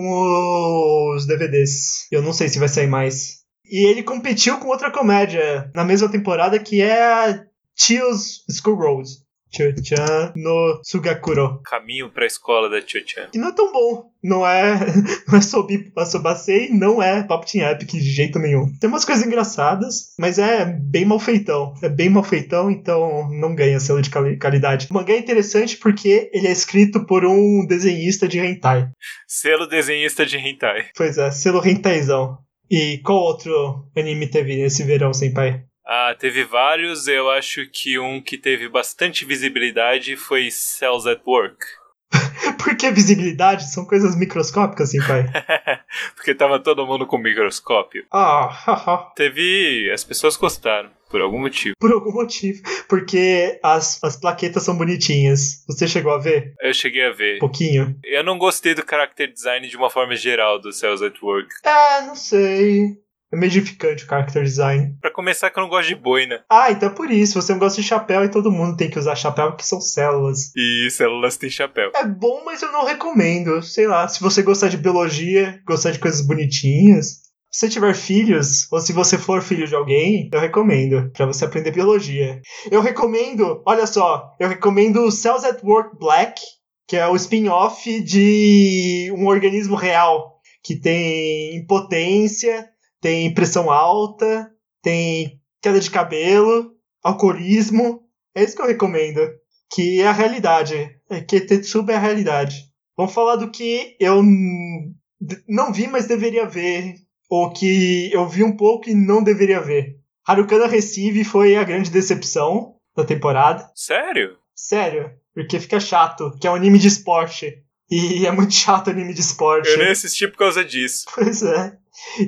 os DVDs. Eu não sei se vai sair mais. E ele competiu com outra comédia na mesma temporada que é a Tio's School Road. Tio-chan no Sugakuro. Caminho pra escola da Tio-chan. Que não é tão bom. Não é. Não é Sobi Asobasei, não é Pop Team Epic de jeito nenhum. Tem umas coisas engraçadas, mas é bem mal feitão. É bem mal feitão, então não ganha selo de quali- qualidade. O mangá é interessante porque ele é escrito por um desenhista de hentai. Selo desenhista de hentai. Pois é, selo hentaizão. E qual outro anime teve nesse verão, senpai? Ah, teve vários. Eu acho que um que teve bastante visibilidade foi Cells at Work. Porque visibilidade são coisas microscópicas, senpai. Porque tava todo mundo com microscópio. Ah, haha. Teve. As pessoas gostaram. por algum motivo. Por algum motivo. Porque as, as plaquetas são bonitinhas. Você chegou a ver? Eu cheguei a ver. Um pouquinho? Eu não gostei do character design de uma forma geral do Cells at Work. É, não sei. É meio edificante o character design. Pra começar, que eu não gosto de né? boina. Ah, então é por isso. Você não gosta de chapéu e todo mundo tem que usar chapéu porque são células. E células têm chapéu. É bom, mas eu não recomendo. Sei lá, se você gostar de biologia, gostar de coisas bonitinhas. Se você tiver filhos, ou se você for filho de alguém, eu recomendo, pra você aprender biologia. Eu recomendo, olha só, eu recomendo Cells at Work Black, que é o spin-off de um organismo real, que tem impotência, tem pressão alta, tem queda de cabelo, alcoolismo. É isso que eu recomendo. Que é a realidade. É que Tetsuba é a realidade. Vamos falar do que eu n- d- não vi, mas deveria ver. Ou que eu vi um pouco e não deveria ver. Harukana Recife foi a grande decepção da temporada. Sério? Sério, porque fica chato, que é um anime de esporte. E é muito chato anime de esporte. Eu nem assisti por causa disso. Pois é.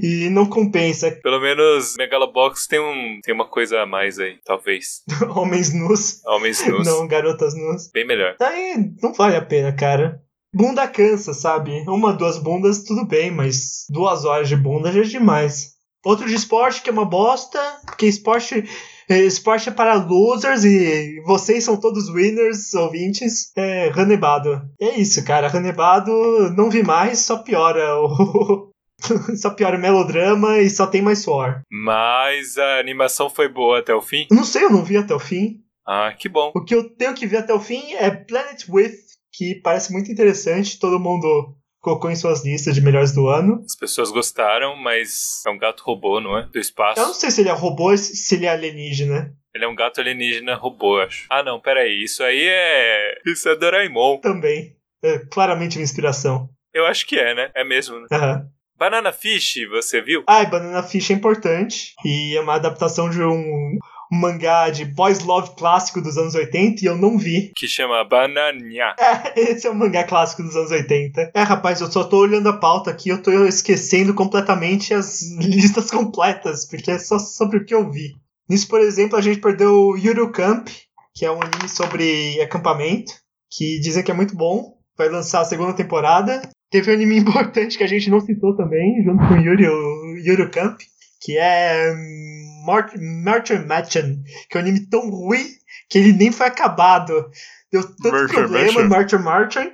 E não compensa Pelo menos Megalobox tem, um, tem uma coisa a mais aí, talvez. homens nus. Homens nus. Não, garotas nuas. Bem melhor. Daí não vale a pena, cara. Bunda cansa, sabe? Uma, duas bundas, tudo bem, mas duas horas de bunda já é demais. Outro de esporte que é uma bosta, porque esporte, eh, esporte é para losers e vocês são todos winners, ouvintes. É Ranebado. É isso, cara. Ranebado não vi mais, só piora o. só piora o melodrama e só tem mais suor. Mas a animação foi boa até o fim. Eu não sei, eu não vi até o fim. Ah, que bom. O que eu tenho que ver até o fim é Planet With, que parece muito interessante, todo mundo colocou em suas listas de melhores do ano. As pessoas gostaram, mas é um gato robô, não é? Do espaço. Eu não sei se ele é robô ou se ele é alienígena Ele é um gato alienígena robô, eu acho. Ah, não, peraí. Isso aí é. Isso é Doraemon. também. É claramente uma inspiração. Eu acho que é, né? É mesmo, né? Aham. Banana Fish, você viu? Ah, e Banana Fish é importante. E é uma adaptação de um, um mangá de boys love clássico dos anos 80 e eu não vi. Que chama Banania. Esse é um mangá clássico dos anos 80. É, rapaz, eu só tô olhando a pauta aqui, eu tô esquecendo completamente as listas completas, porque é só sobre o que eu vi. Nisso, por exemplo, a gente perdeu o Yuru Camp, que é um anime sobre acampamento, que dizem que é muito bom. Vai lançar a segunda temporada. Teve um anime importante que a gente não citou também, junto com o Yuri, o Yuru Camp, que é hum, Mort- Merchant Matchan, que é um anime tão ruim que ele nem foi acabado. Deu tanto Merchant problema, Martin Martin,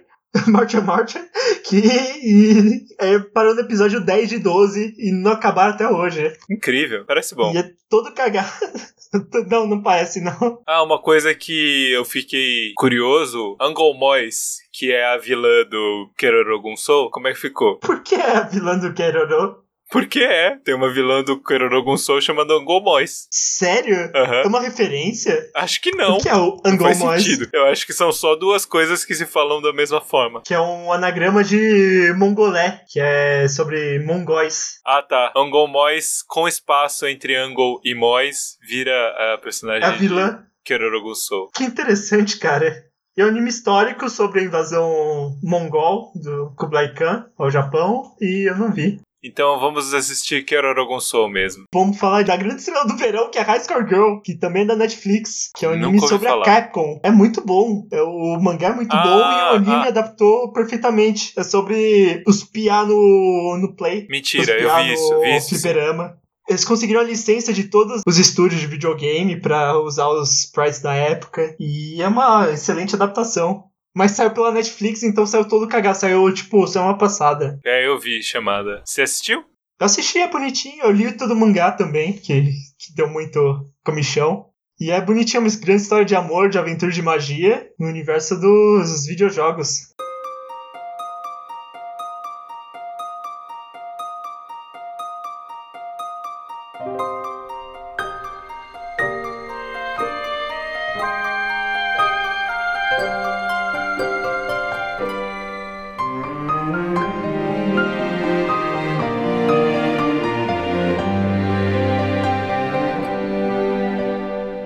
Martin Martin, que e, é, parou no episódio 10 de 12 e não acabaram até hoje. Incrível, parece bom. E é todo cagado. Não, não parece, não. Ah, uma coisa que eu fiquei curioso: Angle Mois, que é a vilã do Kerorogun Soul, como é que ficou? Por que é a vilã do Keroro? Porque é, tem uma vilã do Kerorogun Soul chamada Angle Mois. Sério? Aham. É uma referência? Acho que não. O que é o Não faz Angomois? sentido. Eu acho que são só duas coisas que se falam da mesma forma. Que é um anagrama de mongolé, que é sobre mongóis. Ah, tá. Angle Mois com espaço entre Angle e Mois vira a personagem É a vilã. de Kerorogun Soul. Que interessante, cara. E é um anime histórico sobre a invasão mongol do Kublai Khan ao Japão, e eu não vi. Então vamos assistir Kerorogun Soul mesmo. Vamos falar da grande estrela do verão, que é High Score Girl, que também é da Netflix, que é um Nunca anime ouvi sobre falar. a Capcom. É muito bom. É, O mangá é muito Ah, bom e o anime ah. adaptou perfeitamente. É sobre os piano no play. Mentira, os eu piá vi isso, no vi isso. Fliperama. Eles conseguiram a licença de todos os estúdios de videogame pra usar os sprites da época. E é uma excelente adaptação. Mas saiu pela Netflix, então saiu todo cagado. Saiu, tipo, semana passada. É, eu vi chamada. Você assistiu? Eu assisti, é bonitinho. Eu li todo o mangá também, que, que deu muito comichão. E é bonitinho, é uma grande história de amor, de aventura e de magia no universo dos videojogos.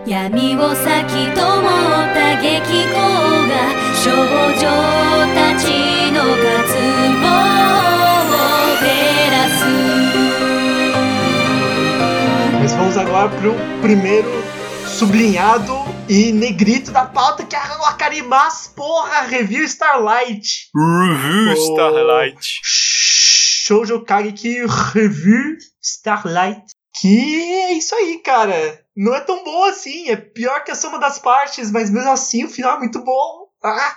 闇を先と思った激光が少女たちの渇望を照らす Mas vamos vamos agora pro primeiro sublinhado e negrito da pauta, que é a Carimbás, porra, review Starlight. Review Oh. Starlight. Shoujo Kageki Review Starlight. Que é isso aí, cara. Não é tão bom assim. É pior que a soma das partes, mas mesmo assim o final é muito bom. Ah,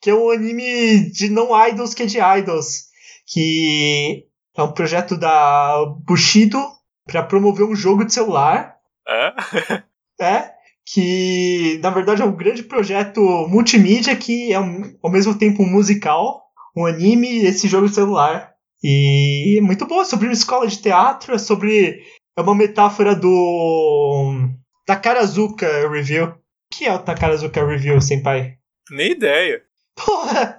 que é um anime de não-idols que é de idols. Que é um projeto da Bushido para promover um jogo de celular É? né? Que na verdade é um grande projeto multimídia que é um- ao mesmo tempo um musical, um anime e esse jogo de celular. E é muito bom, é sobre uma escola de teatro, é sobre. É uma metáfora do. Takarazuka Review. O que é o Takarazuka Review, senpai? Nem ideia. Porra!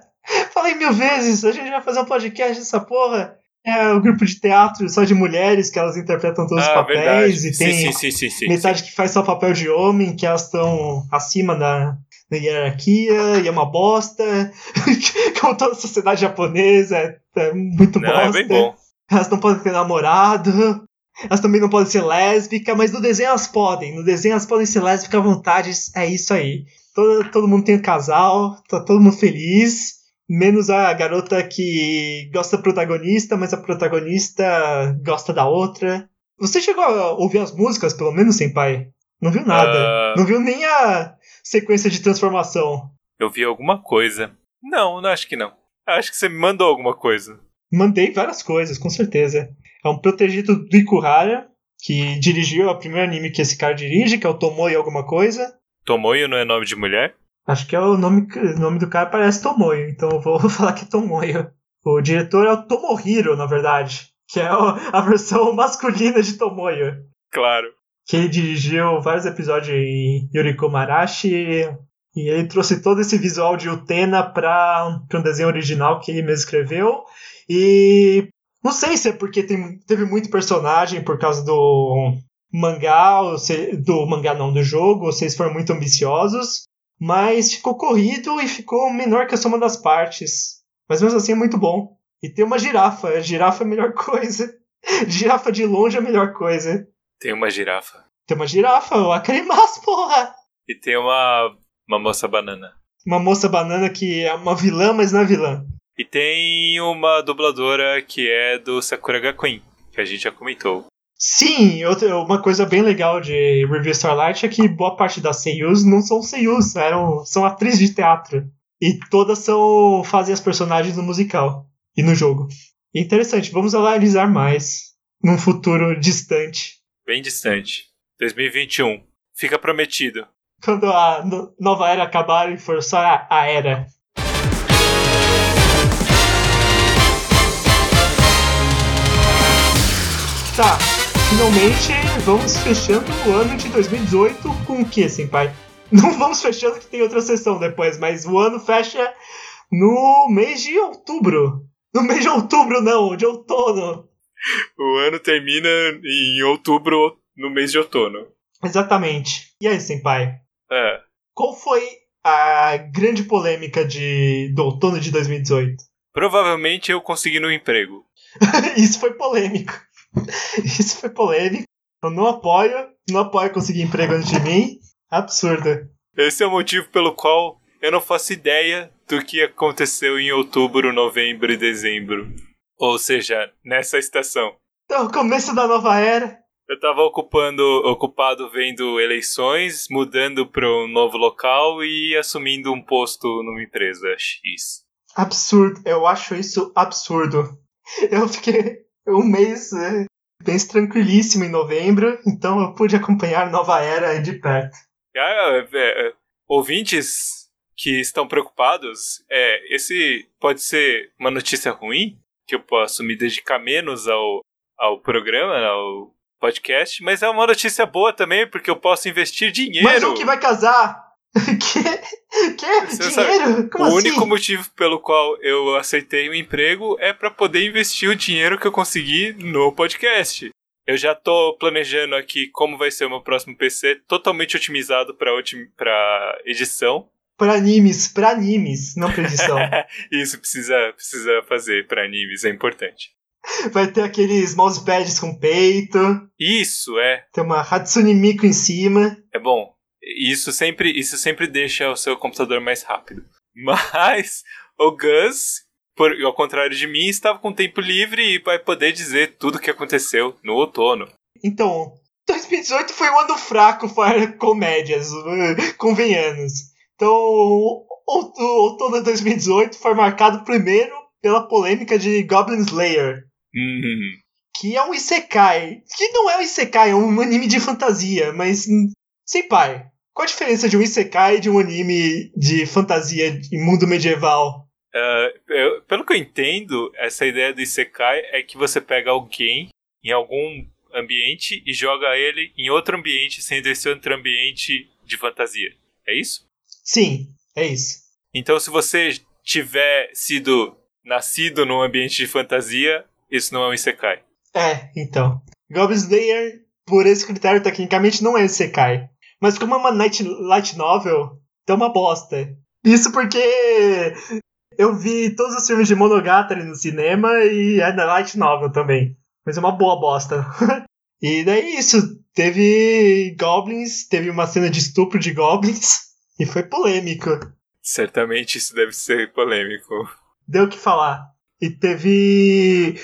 Falei mil vezes, a gente vai fazer um podcast dessa porra. É um grupo de teatro só de mulheres que elas interpretam todos os ah, papéis verdade. e sim, sim, tem sim, sim, sim. metade que faz só papel de homem, que elas estão acima da, da hierarquia, e é uma bosta. Como toda a sociedade japonesa, é, é muito Não, bosta. é bem bom. Elas não podem ter namorado. Elas também não podem ser lésbicas, mas no desenho elas podem. No desenho elas podem ser lésbicas à vontade, é isso aí. Todo, todo mundo tem um casal, tá todo mundo feliz. Menos a garota que gosta da protagonista, mas a protagonista gosta da outra. Você chegou a ouvir as músicas, pelo menos, sem pai? Não viu nada. Ah, Não viu nem a sequência de transformação. eu vi alguma coisa. Não, não acho que não. Acho que você me mandou alguma coisa. Mandei várias coisas, com certeza. É um protegido do Ikuhara, que dirigiu o primeiro anime que esse cara dirige, que é o Tomoe alguma coisa. Tomoyo não é nome de mulher? Acho que é o nome, o nome do cara parece Tomoe, então eu vou falar que é Tomoe. O diretor é o Tomohiro, na verdade, que é o- a versão masculina de Tomoe. Claro. que ele dirigiu vários episódios em Yuriko Marashi e ele trouxe todo esse visual de Utena para um desenho original que ele mesmo escreveu e não sei se é porque tem- teve muito personagem por causa do mangá, ou se- do mangá não, do jogo, ou se eles foram muito ambiciosos, mas ficou corrido e ficou menor que a soma das partes. Mas mesmo assim é muito bom. E tem uma girafa, a girafa é a melhor coisa. girafa de longe é a melhor coisa. Tem uma girafa. Tem uma girafa, uma cremas, porra! E tem uma, uma moça banana. Uma moça banana que é uma vilã, mas não é vilã. E tem uma dubladora que é do Sakura Gakuin, que a gente já comentou. Sim, outra, uma coisa bem legal de Review Starlight é que boa parte das seiyus não são seiyus, eram, são atrizes de teatro. E todas são fazem as personagens no musical e no jogo. E interessante, vamos analisar mais num futuro distante, Bem distante. 2021. Fica prometido. quando a no- nova era acabar e for só a, a era. Tá, finalmente vamos fechando o ano de 2018 com o que, senpai? Não vamos fechando que tem outra sessão depois, mas o ano fecha no mês de outubro. No mês de outubro, não, de outono. O ano termina em outubro, no mês de outono. Exatamente. E aí, senpai? É. Qual foi a grande polêmica de, do outono de 2018? Provavelmente eu consegui um emprego. Isso foi polêmico. Isso foi polêmico. Eu não apoio, não apoio conseguir emprego antes de mim. Absurdo. Esse é o motivo pelo qual eu não faço ideia do que aconteceu em outubro, novembro e dezembro. Ou seja, nessa estação. Então, o começo da nova era. Eu tava ocupando, ocupado vendo eleições, mudando para um novo local e assumindo um posto numa empresa X. Absurdo. Eu acho isso absurdo. Eu fiquei um mês é, bem tranquilíssimo em novembro, então eu pude acompanhar a nova era de perto. Ah, é, é, ouvintes que estão preocupados, é, esse pode ser uma notícia ruim, que eu posso me dedicar menos ao, ao programa, ao podcast, mas é uma notícia boa também, porque eu posso investir dinheiro. Mas um que vai casar? que? Que? Você sabe, Dinheiro? Como o assim? único motivo pelo qual eu aceitei o emprego é para poder investir o dinheiro que eu consegui no podcast. Eu já tô planejando aqui como vai ser o meu próximo PC, totalmente otimizado para edição. Pra animes, pra animes, não pra edição. Isso precisa, precisa fazer para animes, é importante. Vai ter aqueles mousepads com peito, Isso é, tem uma Hatsune Miku em cima. é bom. Isso sempre, isso sempre deixa o seu computador mais rápido. Mas o Gus, por- ao contrário de mim, estava com tempo livre e vai poder dizer tudo o que aconteceu no outono. Então, 2018 foi um ano fraco para comédias, convenhamos. Então, o out- o outono de 2018 foi marcado primeiro pela polêmica de Goblin Slayer, Hum. que é um isekai. Que não é um isekai, é um anime de fantasia, mas hum, sem pai. Qual a diferença de um isekai e de um anime de fantasia em mundo medieval? Ah, eu- pelo que eu entendo, essa ideia do Isekai é que você pega alguém em algum ambiente e joga ele em outro ambiente, sendo esse outro ambiente de fantasia. É isso? Sim, é isso. Então, se você tiver sido nascido num ambiente de fantasia, isso não é um Isekai. É, então. Goblin Slayer, por esse critério, tecnicamente não é Isekai. Mas como é uma night, light novel, então é uma bosta. Isso porque eu vi todos os filmes de Monogatari no cinema e é na light novel também. Mas é uma boa bosta. e daí é isso, teve goblins, teve uma cena de estupro de goblins e foi polêmico. Certamente isso deve ser polêmico. Deu o que falar. E teve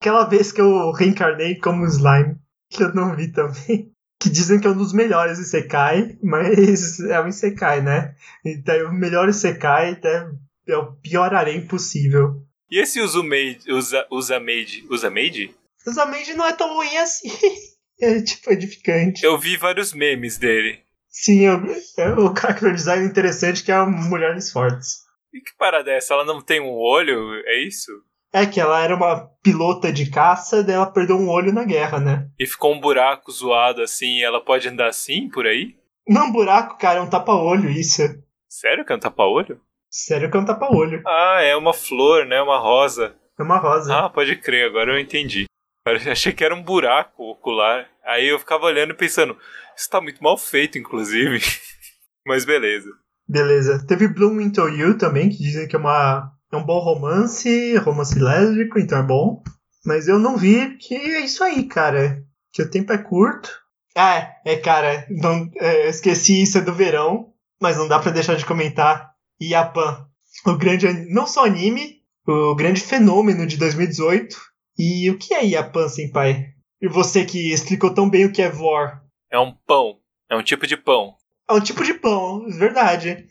aquela vez que eu reencarnei como slime, que eu não vi também. Que dizem que é um dos melhores Isekai, mas é um Isekai, né? Então, o melhor Isekai né, é o pior harém possível. E esse Uzumade, usa, Usamade, Usamade? Exatamente não é tão ruim assim. É tipo edificante. Eu vi vários memes dele. Sim, eu, é o character design interessante que é mulheres fortes. E que parada é essa? Ela não tem um olho? É isso? É que ela era uma pilota de caça, daí ela perdeu um olho na guerra, né? e ficou um buraco zoado assim, e ela pode andar assim por aí? Não, buraco, cara, é um tapa-olho isso. Sério que é um tapa-olho? Sério que é um tapa-olho. Ah, é uma flor, né? Uma rosa. É uma rosa. Ah, pode crer, agora eu entendi. Pare- Achei que era um buraco ocular. Aí eu ficava olhando e pensando, isso tá muito mal feito, inclusive. Mas beleza. Beleza. Teve Bloom Into You também, que dizem que é, uma, é um bom romance, romance lésbico, então é bom. Mas eu não vi, que é isso aí, cara. Que o tempo é curto. Ah, é, cara, não, é, eu esqueci isso é do verão, mas não dá pra deixar de comentar. Iapan, o grande, an- não só anime, o grande fenômeno de 2018. E o que é Iapan, senpai? E você que explicou tão bem o que é Vor. É um pão. É um tipo de pão. É um tipo de pão, é verdade.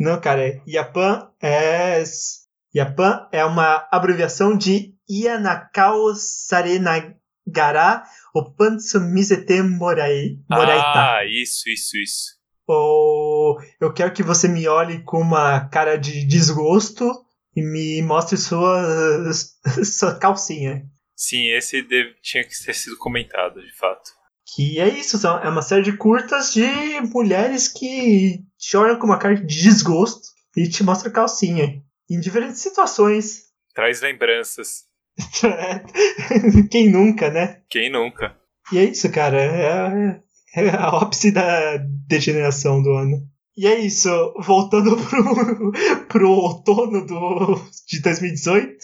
Não, cara, Iapan é. Iapan é uma abreviação de Ianakao Sarenagara Opantsumisete Morai... Moraita. ah, isso, isso, isso. Ou eu quero que você me olhe com uma cara de desgosto e me mostre sua, sua calcinha. Sim, esse deve- tinha que ter sido comentado, de fato. Que é isso, são- é uma série de curtas de mulheres que te olham com uma cara de desgosto e te mostram calcinha. Em diferentes situações. Traz lembranças. É, Quem nunca, né? Quem nunca? E é isso, cara. É, é a ópice da degeneração do ano. E é isso, voltando pro, pro outono do, de 2018.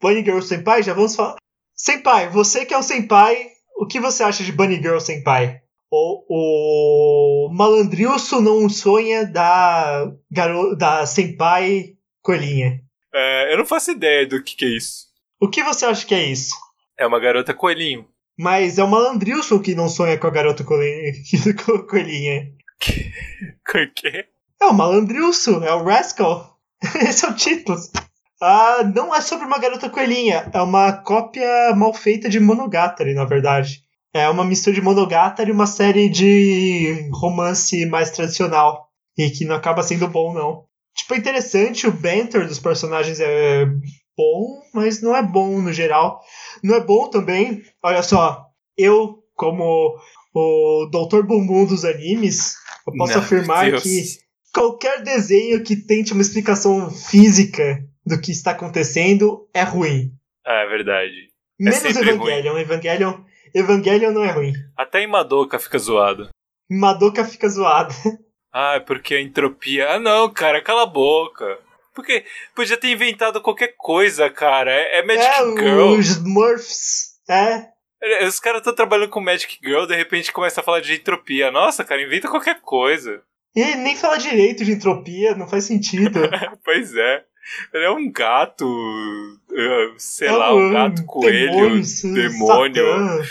Bunny Girl Senpai, já vamos falar. Senpai, você que é um senpai, o que você acha de Bunny Girl Senpai? O, o malandrilso não sonha da, garo, da senpai coelhinha. É, eu não faço ideia do que que é isso. O que você acha que é isso? É uma garota coelhinho. Mas é o Malandrilson que não sonha com a garota coelhinha. co- coelhinha. Por quê? É o Malandrilson, é o Rascal. Esse é o título. Ah, não é sobre uma garota coelhinha. É uma cópia mal feita de Monogatari, na verdade. É uma mistura de Monogatari e uma série de romance mais tradicional. E que não acaba sendo bom, não. Tipo, é interessante, o banter dos personagens é bom, mas não é bom no geral. Não é bom também, olha só, eu, como o Doutor Bumbum dos animes, eu posso Não, afirmar Deus. que qualquer desenho que tente uma explicação física do que está acontecendo é ruim. Ah, é verdade. Menos sempre Evangelion. Evangelion. Evangelion não é ruim. Até em Madoka fica zoado. Madoka fica zoada. Ah, é porque a entropia. Ah, não, cara, cala a boca. Porque podia ter inventado qualquer coisa, cara. É, é Magic é, Girl. os Smurfs. É. É, Os caras estão trabalhando com Magic Girl, de repente começa a falar de entropia. Nossa, cara, inventa qualquer coisa. E nem fala direito de entropia, não faz sentido. Pois é. Ele é um gato. eh, Sei É lá, um gato coelho demônios, demônio. Satã.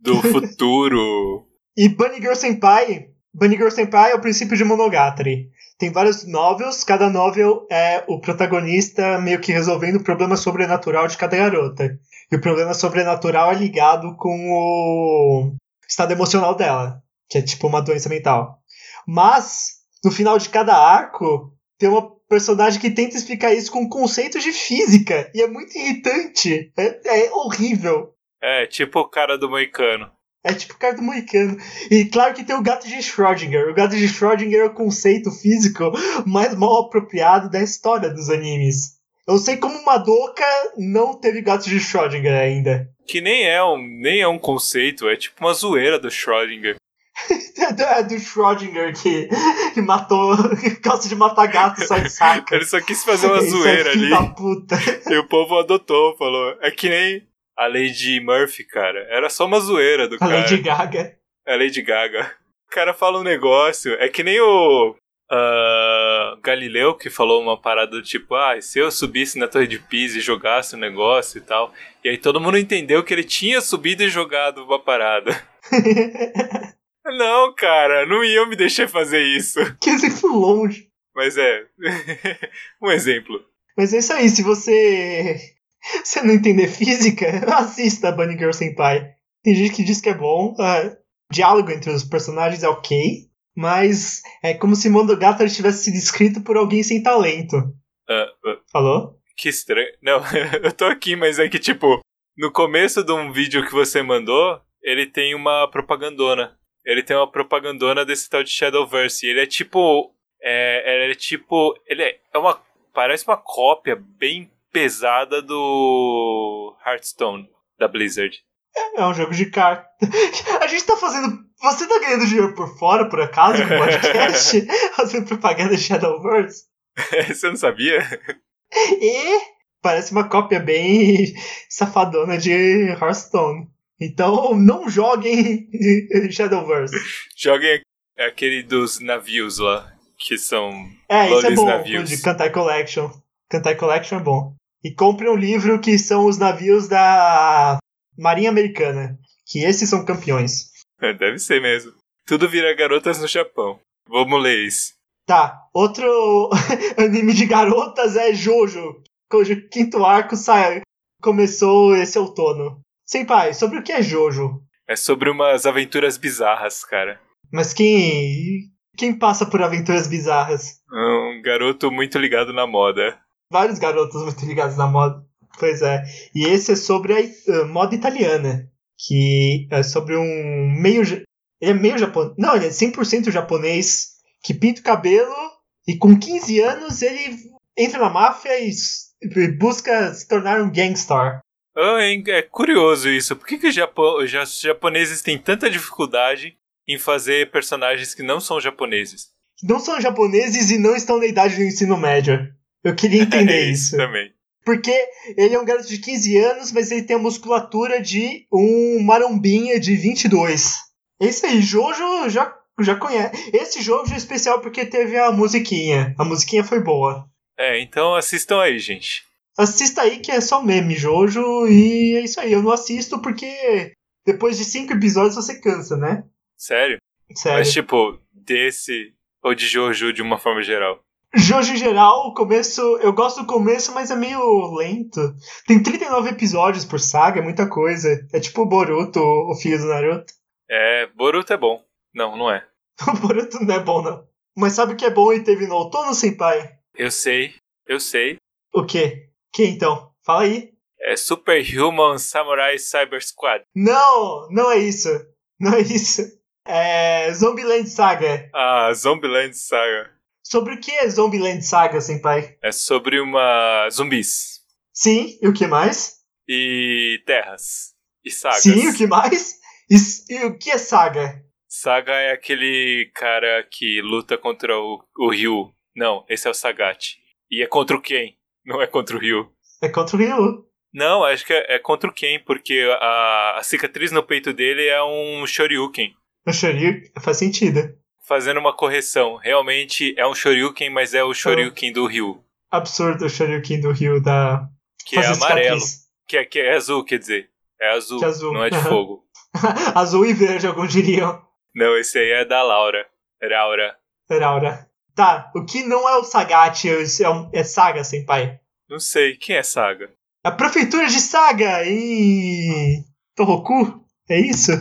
do futuro. E Bunny Girl Senpai. Bunny Girl Senpai é o princípio de Monogatari. Tem vários novels, cada novel é o protagonista meio que resolvendo o problema sobrenatural de cada garota. E o problema sobrenatural é ligado com o estado emocional dela, que é tipo uma doença mental. Mas, no final de cada arco, tem uma personagem que tenta explicar isso com conceitos de física. E é muito irritante. É- é horrível. É, tipo o cara do Moicano. É tipo o cara do Moicano. E claro que tem o gato de Schrödinger. O gato de Schrödinger é o conceito físico mais mal apropriado da história dos animes. Eu sei como Madoka não teve gato de Schrödinger ainda. Que nem é, um, nem é um conceito, é tipo uma zoeira do Schrödinger. É do- É do Schrödinger que, que matou. que gosta de matar gato só de saca. Ele só quis fazer uma Esse é zoeira filho ali. Da puta. E o povo adotou, falou. É que nem a Lady Murphy, cara. Era só uma zoeira do A cara. Lady Gaga. É a Lady Gaga. O cara fala um negócio. É que nem o. ah, Galileu que falou uma parada do tipo: Ah, se eu subisse na Torre de Pisa e jogasse um negócio e tal. E aí todo mundo entendeu que ele tinha subido e jogado uma parada. Não, cara, não ia me deixar fazer isso. que exemplo longe. Mas é. um exemplo. Mas é isso aí, se você se não entender física, assista a Bunny Girl Senpai. Tem gente que diz que é bom, ah, diálogo entre os personagens é ok, mas é como se Monogatari tivesse sido escrito por alguém sem talento. Ah, ah, Falou? que estranho. Não, eu tô aqui, mas é que tipo. No começo de um vídeo que você mandou, ele tem uma propagandona. Ele tem uma propagandona desse tal de Shadowverse. E ele é tipo. É, ele é tipo. Ele é é uma. Parece uma cópia bem pesada do. Hearthstone, da Blizzard. É um jogo de carta. A gente tá fazendo. Você tá ganhando dinheiro por fora, por acaso, com o podcast? fazendo propaganda de Shadowverse? você não sabia? E parece uma cópia bem safadona de Hearthstone. Então não joguem Shadowverse. Joguem é aquele dos navios lá. Que são. É, isso Valores é bom, navios. o de Kantai Collection. Kantai Collection é bom. E compre um livro que são os navios da Marinha Americana, que esses são campeões. É, Deve ser mesmo. Tudo vira garotas no Japão. Vamos ler isso. Tá, outro anime de garotas é Jojo, cujo quinto arco sai, começou esse outono. Senpai, sobre o que é Jojo? É sobre umas aventuras bizarras, cara. Mas quem. Quem passa por aventuras bizarras? Um garoto muito ligado na moda. Vários garotos muito ligados na moda. Pois é. E esse é sobre a i- a moda italiana. Que é sobre um meio. ja- Ele é meio japonês. Não, ele é 100% japonês. Que pinta o cabelo. E com 15 anos ele entra na máfia e s- e busca se tornar um gangstar. Ah, É é curioso isso. Por que, que o Japão- os ja- os japoneses têm tanta dificuldade em fazer personagens que não são japoneses? Que não são japoneses e não estão na idade do ensino médio. Eu queria É entender isso isso. também. Porque ele é um garoto de 15 anos, mas ele tem a musculatura de um marombinha de 22. Esse aí, Jojo, já, já conhece. Esse Jojo é especial porque teve a musiquinha. A musiquinha foi boa. É, então assistam aí, gente. Assista aí que é só meme, Jojo, e é isso aí. Eu não assisto porque depois de cinco episódios você cansa, né? Sério? Sério. Mas, tipo, desse ou de Jojo de uma forma geral. Jojo em geral, o começo. Eu gosto do começo, mas é meio lento. Tem 39 episódios por saga, é muita coisa. É tipo o Boruto, o filho do Naruto. É, Boruto é bom. Não, não é. O Boruto não é bom, não. Mas sabe o que é bom e teve no outono, Senpai? Eu sei, eu sei. O quê? Que então? Fala aí. É Superhuman Samurai Cyber Squad. Não, não é isso. Não é isso. É Zombieland Saga. É. Ah, Zombieland Saga. Sobre o que é Zombieland Saga, Senpai? É sobre uma zumbis Sim, e o que mais? e terras e sagas. Sim, o que mais? E, s- e o que é saga? Saga é aquele cara que luta contra o, o Ryu. Não, esse é o Sagat. E é contra o Ken, não é contra o Ryu. É contra o Ryu. Não, acho que é, é contra o Ken, porque a, a cicatriz no peito dele é um Shoryuken. O Shoryu faz sentido. Fazendo uma correção, realmente é um Shoryuken, mas é o Shoryuken do Ryu, Absurdo o Shoryuken do Ryu da. que é fazer amarelo. cicatriz. Que é, que é azul, quer dizer. É azul, Que é azul, não é de aham. fogo. Azul e verde, alguns diriam. Não, esse aí é da Laura. Laura. Laura. Tá, o que não é o Sagat é, o- é um- é Saga, senpai. Não sei, quem é Saga? A prefeitura de Saga em Tohoku, é isso?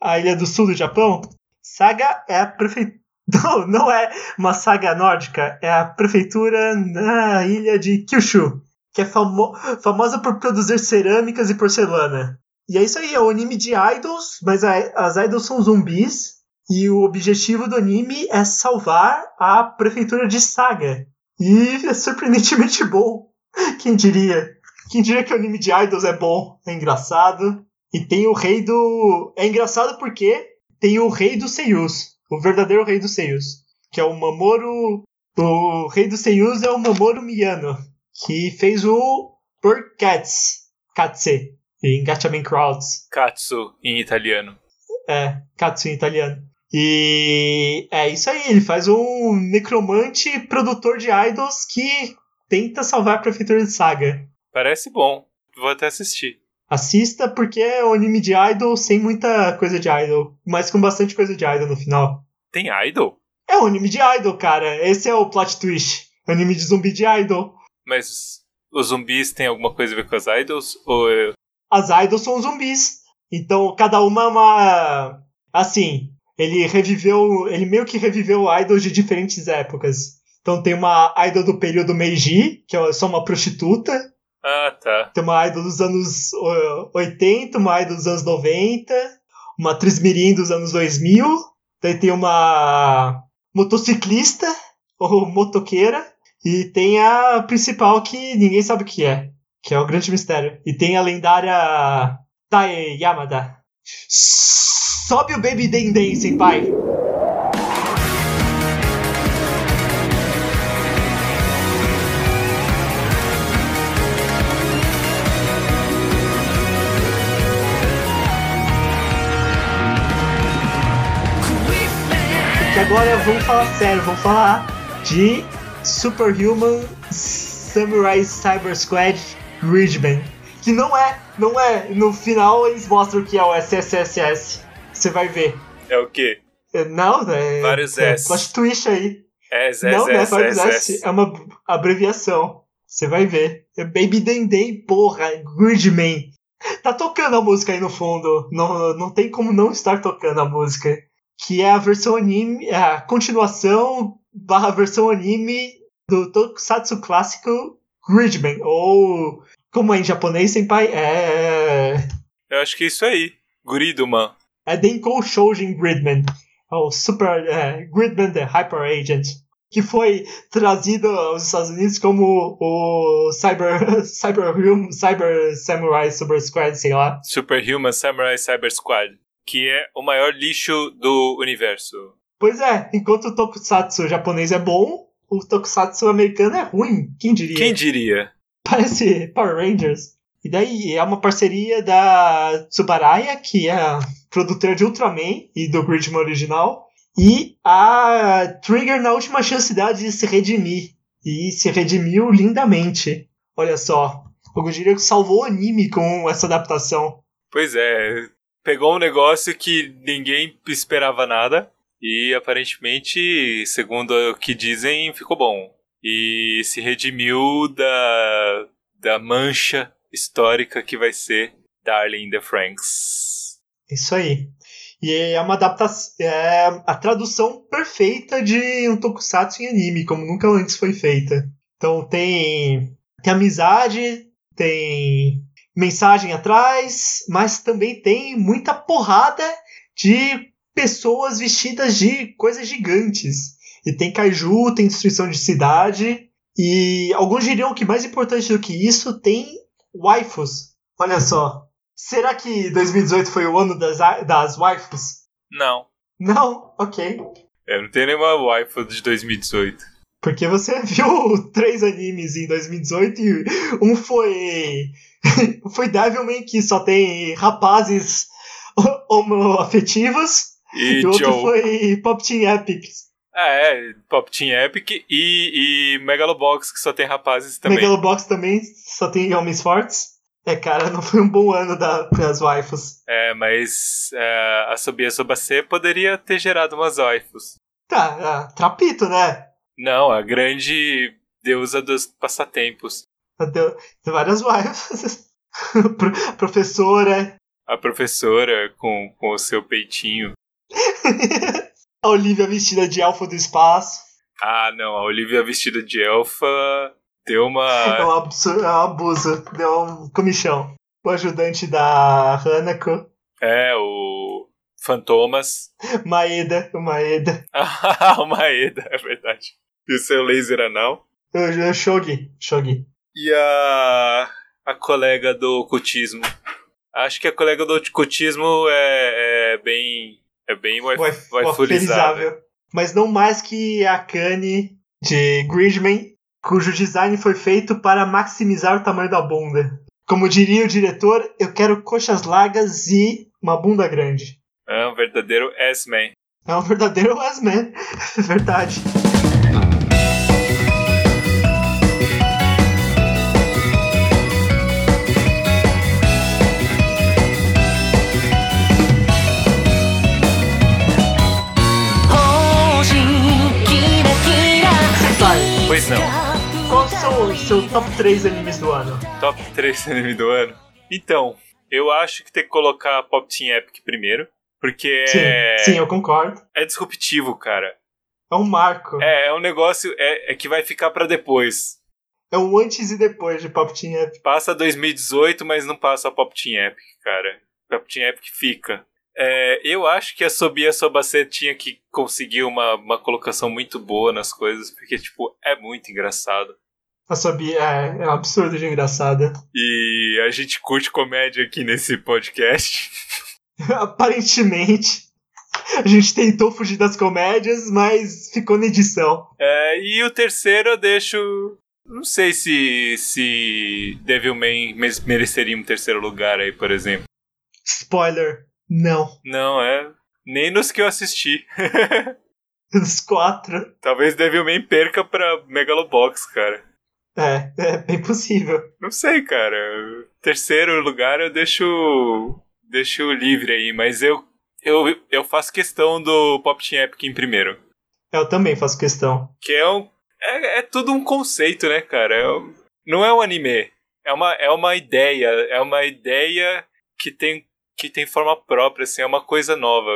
A ilha do sul do Japão? Saga é a prefeitura. Não, não é uma saga nórdica, é a prefeitura na ilha de Kyushu, que é famo- famosa por produzir cerâmicas e porcelana. E é isso aí, é um anime de idols, mas a- as idols são zumbis, e o objetivo do anime é salvar a prefeitura de Saga. E é surpreendentemente bom, quem diria? Quem diria que o anime de idols é bom, é engraçado. E tem o rei do. É engraçado porque tem o rei dos Seiyus, o verdadeiro rei dos Seiyus, que é o Mamoru. O rei dos Seiyus é o Mamoru Miyano, que fez o Bird Cats, Katse, em Gatchaman Crowds. Katsu, em italiano. É, Katsu em italiano. E é isso aí, ele faz um necromante produtor de idols que tenta salvar a prefeitura de Saga. Parece bom. Vou até assistir. Assista porque é um anime de idol sem muita coisa de idol, mas com bastante coisa de idol no final. Tem Idol? É um anime de idol, cara. Esse é o plot twist. Anime de zumbi de idol. Mas os zumbis têm alguma coisa a ver com as idols? Ou é- As idols são zumbis. Então cada uma é uma assim, ele reviveu, ele meio que reviveu idols de diferentes épocas. Então tem uma idol do período Meiji, que é só uma prostituta, Ah, tá. Tem uma idol dos anos ó, 80, uma idol dos anos 90, uma atriz mirim dos anos 2000, daí tem uma motociclista ou motoqueira e tem a principal que ninguém sabe o que é, que é o grande mistério. E tem a lendária Tae Yamada. Sobe o Baby Denden, senpai! Que agora vamos falar sério, vamos falar de Superhuman Samurai Cyber Squad Ridgeman. Que não é, não é. No final eles mostram que é o SSSS. Você vai ver. É o quê? É, Não, é. Vários é, S. Plot twist aí. É não, não é Zé, vários Zé, S. Zé. É uma abreviação. Você vai ver. É Baby Dendem, porra. Ridgeman. Tá tocando a música aí no fundo. Não, não tem como não estar tocando a música. Que é a versão anime, é a continuação barra versão anime do Tokusatsu clássico Ridgeman. Ou, como é em japonês, senpai, é... Eu acho que é isso aí. Guriduman. É Denkou Shoujin Gridman. É o Super é, Gridman The Hyper Agent. Que foi trazido aos Estados Unidos como o Cyber, Cyber, Hum- Cyber Samurai Super Squad, sei lá. Superhuman Samurai Cyber Squad. Que é o maior lixo do universo. Pois é, enquanto o tokusatsu japonês é bom, o tokusatsu americano é ruim. Quem diria? Quem diria? Parece Power Rangers. E daí é uma parceria da Tsubaraya, que é a produtora de Ultraman e do Gridman original, e a Trigger na última chance dela de se redimir. E se redimiu lindamente. Olha só. Eu diria que salvou o anime com essa adaptação. Pois é. Pegou um negócio que ninguém esperava nada. E aparentemente, segundo o que dizem, ficou bom. E se redimiu da, da mancha histórica que vai ser Darling in the Franks. Isso aí. E é uma adaptação. É a tradução perfeita de um tokusatsu em anime, como nunca antes foi feita. Então tem. Tem amizade, tem mensagem atrás, mas também tem muita porrada de pessoas vestidas de coisas gigantes. E tem kaiju, tem destruição de cidade. E alguns diriam que mais importante do que isso tem waifus. Olha só. Será que 2018 foi o ano das, das waifus? Não. Não? Ok. É, Eu não tenho nenhuma waifu de 2018. Porque você viu três animes em 2018 e um foi. foi Devilman, que só tem rapazes homoafetivos. E, E o outro Joe. foi Pop Team Epic. É, é, Pop Team Epic e, e Megalobox, que só tem rapazes também. Megalobox também só tem homens fortes. É, cara, não foi um bom ano da, das waifus. É, mas é, a Sobia Sobacê poderia ter gerado umas waifus. Tá, ah, trapito, né? Não, a grande deusa dos passatempos. Deu, deu várias waifus. Pro- Professora. A professora com, com o seu peitinho. A Olivia vestida de elfo do espaço. Ah, não, a Olivia vestida de elfa deu É uma. um, absu- é um abuso. Deu um comichão. O ajudante da Hanako. É, o. Fantomas. Maeda, Maeda. Ah, o Maeda, é verdade. E o seu laser anal. O o Shogi. Shogi. E a. A colega do ocultismo. Acho que a colega do ocultismo é, é bem. É bem Waif- waif- waifulizável. Mas não mais que a Kanye de Gridman, cujo design foi feito para maximizar o tamanho da bunda. Como diria o diretor, eu quero coxas largas e uma bunda grande. É um verdadeiro S-Man. É um verdadeiro Westman. Verdade. Sai. Pois não, Qual que são o seu top 3 animes do ano? top 3 anime do ano. Então, eu acho que tem que colocar a Pop Team Epic primeiro. Porque Sim, é, sim, eu concordo. é disruptivo, cara. É um marco. É, É, é um negócio é, é que vai ficar pra depois. um antes e depois de Pop Team Epic. Passa 2018, mas não passa a Pop Team Epic, cara. Pop Team Epic fica. É, eu acho que a Sobia Sobacê tinha que conseguir uma, uma colocação muito boa nas coisas, porque, tipo, é muito engraçado. Eu sabia, é, é um absurdo de engraçada. E a gente curte comédia aqui nesse podcast. Aparentemente, a gente tentou fugir das comédias, mas ficou na edição. É, e o terceiro eu deixo. Não sei se, se Devilman mes- mereceria um terceiro lugar aí, por exemplo. Spoiler, não. Não, é. Nem nos que eu assisti. Dos quatro, Talvez Devilman perca pra Megalobox, cara. é, é bem possível. Não sei, cara. Terceiro lugar eu deixo. Deixo livre aí, mas eu. Eu, eu faço questão do Pop Team Epic em primeiro. Eu também faço questão. Que é um. É, é tudo um conceito, né, cara? É um- não é um anime. É uma, é uma ideia. É uma ideia que tem, que tem forma própria, assim, é uma coisa nova.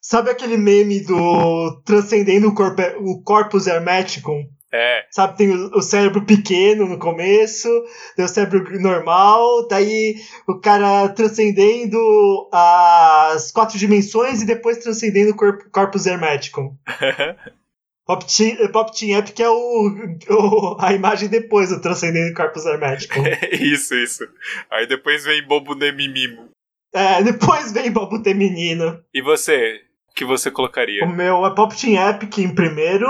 Sabe aquele meme do transcendendo o, corpo, o corpus hermeticum? É, Sabe, tem o, o cérebro pequeno no começo, tem o cérebro normal, daí o cara transcendendo as quatro dimensões e depois transcendendo o corpo, corpus hermeticum. Pop Team, Pop Team Epic é o, o- a imagem depois do Transcendendo Corpus Hermético. é isso, isso. Aí depois vem Bobo de Mimimo. é, depois vem Babu Ter Menino. E você? O que você O colocaria? meu é Pop Team Epic em primeiro,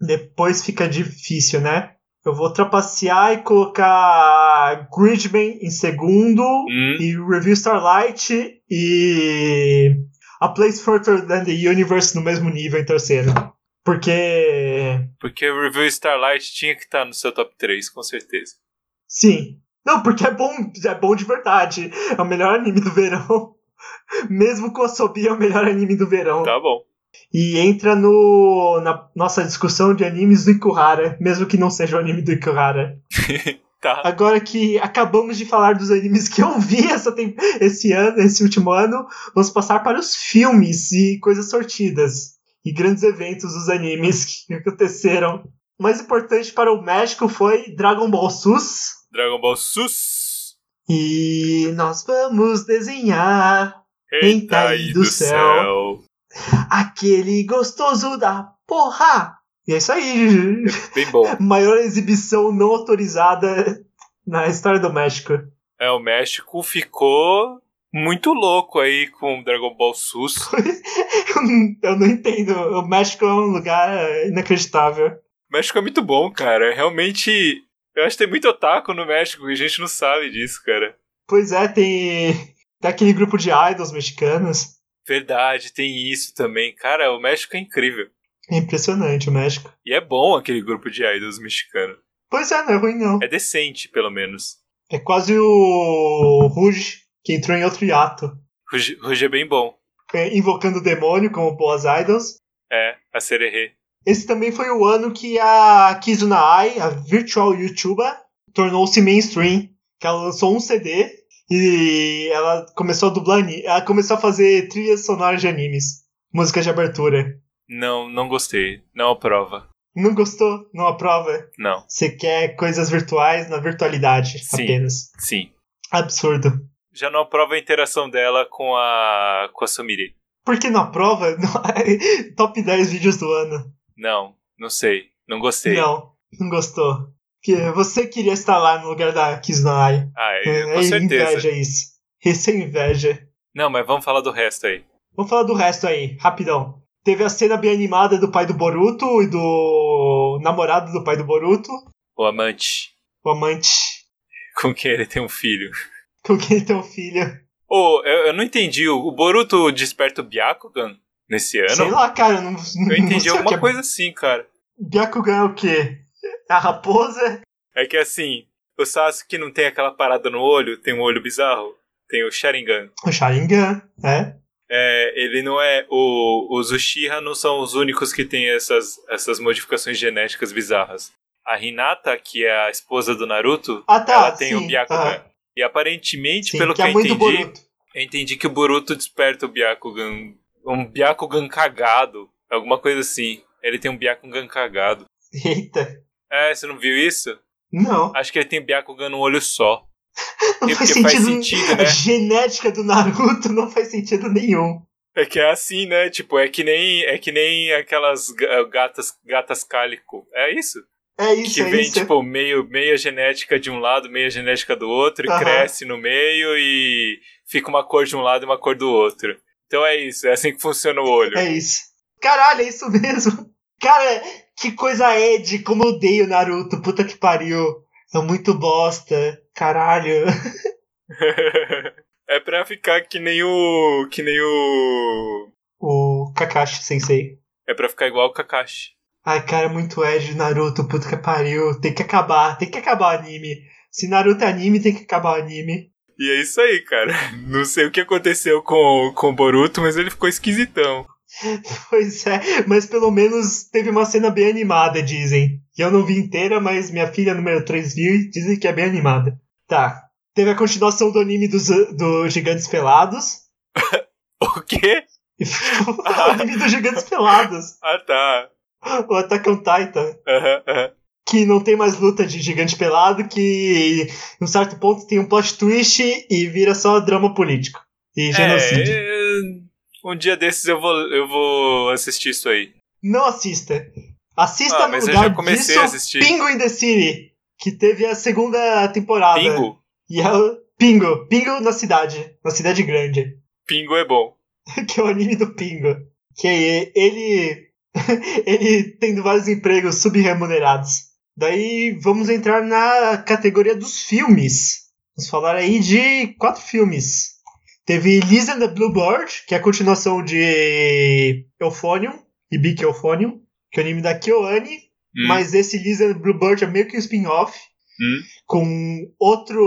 depois fica difícil, né? Eu vou trapacear e colocar Gridman em segundo, Hum, e Review Starlight e A Place Further Than the Universe no mesmo nível em terceiro. Porque porque o Review Starlight tinha que estar no seu top 3, com certeza. Sim. Não, porque é bom, é bom de verdade. É o melhor anime do verão. Mesmo com a Sobi, é o melhor anime do verão. Tá bom. E entra no na nossa discussão de animes do Ikuhara, mesmo que não seja o anime do Ikuhara. Tá. Agora que acabamos de falar dos animes que eu vi essa tem- esse ano, esse último ano, vamos passar para os filmes e coisas sortidas. E grandes eventos dos animes que aconteceram. O mais importante para o México foi Dragon Ball Sus, Dragon Ball Sus! e nós vamos desenhar Hentai tá do céu! aquele gostoso da porra! E é isso aí! Bem bom. Maior exibição não autorizada na história do México. É, o México ficou muito louco aí com Dragon Ball Sus. Eu não entendo. O México é um lugar inacreditável. México é muito bom, cara. Realmente, eu acho que tem muito otaku no México e a gente não sabe disso, cara. Pois é, tem, tem aquele grupo de idols mexicanos. Verdade, tem isso também. Cara, o México é incrível. É impressionante o México. E é bom aquele grupo de idols mexicano. Pois é, não é ruim não. É decente, pelo menos. É quase o Ruge, que entrou em outro hiato. Ruge Ruge é bem bom. É, invocando o demônio como boas idols. É, a Sererê. Esse também foi o ano que a Kizuna Ai, a virtual YouTuber, tornou-se mainstream. Que ela lançou um CD e ela começou a dublar. ani- Ela começou a fazer trilhas sonoras de animes, músicas de abertura. Não, não gostei. Não aprova. Não gostou? Não aprova? Não. Você quer coisas virtuais na virtualidade Sim. apenas. Sim. Absurdo. Já não aprova a interação dela com a. com a Sumiri. Por que não aprova? Não- Top 10 vídeos do ano. Não, não sei. Não gostei. Não, não gostou. Porque você queria estar lá no lugar da Kizunai. Ah, É, com certeza. inveja isso. Isso é inveja. Não, mas vamos falar do resto aí. Vamos falar do resto aí, rapidão. Teve a cena bem animada do pai do Boruto e do namorado do pai do Boruto, O amante. o amante, Com quem ele tem um filho. com quem ele tem um filho. Ô, eu, eu não entendi. O o Boruto desperta o Byakugan nesse ano? Sei lá, cara, não, não Eu entendi sei o que alguma é- coisa assim, cara. Byakugan é o quê? A raposa? É que assim, o Sasuke não tem aquela parada no olho, tem um olho bizarro, tem o Sharingan. O Sharingan, né? É, ele não é. O, os Uchiha não são os únicos que têm essas, essas modificações genéticas bizarras. A Hinata, que é a esposa do Naruto, Ah, tá, ela tem sim, o Byakugan. aham. E aparentemente, Sim, pelo que, que é eu a mãe do entendi, Boruto. eu entendi que o Boruto desperta o Byakugan. Um Byakugan cagado. Alguma coisa assim. Ele tem um Byakugan cagado. Eita. É, você não viu isso? Não, Acho que ele tem Byakugan num olho só. não Porque faz faz sentido. sentido, né? A genética do Naruto não faz sentido nenhum. É que é assim, né? Tipo, é que nem, é que nem aquelas ga- gatas, gatas cálico. É isso? É isso, que é vem, isso. tipo, meio, meia genética de um lado, meia genética do outro, e Aham. cresce no meio e fica uma cor de um lado e uma cor do outro. Então é isso, é assim que funciona o olho. É isso. Caralho, é isso mesmo. Cara, que coisa Ed, como eu odeio Naruto. Puta que pariu. É muito bosta. Caralho. É pra ficar que nem o. que nem o. O Kakashi Sensei. É pra ficar igual o Kakashi. Ai, cara, é muito Ed Naruto. Puta que pariu. Tem que acabar. Tem que acabar o anime. Se Naruto é anime, tem que acabar o anime. E é isso aí, cara. Não sei o que aconteceu com, com o Boruto, mas ele ficou esquisitão. Pois é, mas pelo menos teve uma cena bem animada, dizem. Eu não vi inteira, mas minha filha número 3 viu e dizem que é bem animada. Tá. Teve a continuação do anime dos, do Gigantes Pelados. O quê? o anime dos Gigantes Pelados. Ah, tá. O Attack on Titan. Aham, aham. Que não tem mais luta de gigante pelado, que em um certo ponto tem um plot twist e vira só drama político. E genocídio. É, um dia desses eu vou, eu vou assistir isso aí. Não assista. Assista Ah, no mas eu lugar já comecei disso, a assistir. Pingo in the City, que teve a segunda temporada. Pingo? E é o Pingo. Pingo na cidade. Na cidade grande. Pingo é bom. Que é o anime do Pingo. Que é ele... ele tendo vários empregos subremunerados. Daí vamos entrar na categoria dos filmes. Vamos falar aí de quatro filmes. Teve Liz and the Bluebird, que é a continuação de Euphonium e Big Euphonium, que é o anime da KyoAni, Hum. mas esse Lisa and Bluebird é meio que um spin-off. Hum. Com outro,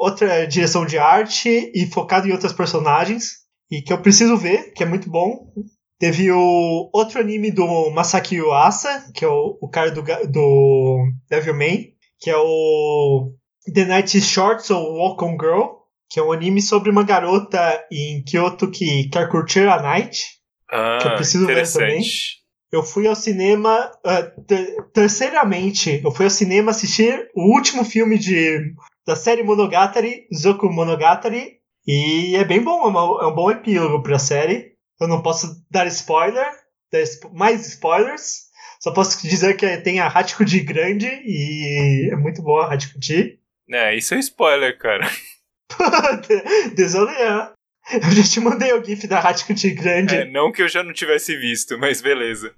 outra direção de arte e focado em outros personagens. E que eu preciso ver, que é muito bom. Teve o outro anime do Masaki Yuasa, que é o, o cara do, ga- do Devilman, que é o The Night is Short, ou Walk on Girl, que é um anime sobre uma garota em Kyoto que quer curtir a night. Ah, que eu preciso ver interessante. Eu fui ao cinema. ah, ter- terceiramente, eu fui ao cinema assistir o último filme de, da série Monogatari, Zoku Monogatari. E é bem bom, é, uma- é um bom epílogo pra série. Eu não posso dar spoiler, dar sp- mais spoilers. Só posso dizer que tem a Hachiko de grande e é muito boa a Hachiko de. É, isso é spoiler, cara. Desolé. é Eu já te mandei o GIF da Hachiko de grande. É, não que eu já não tivesse visto, mas beleza.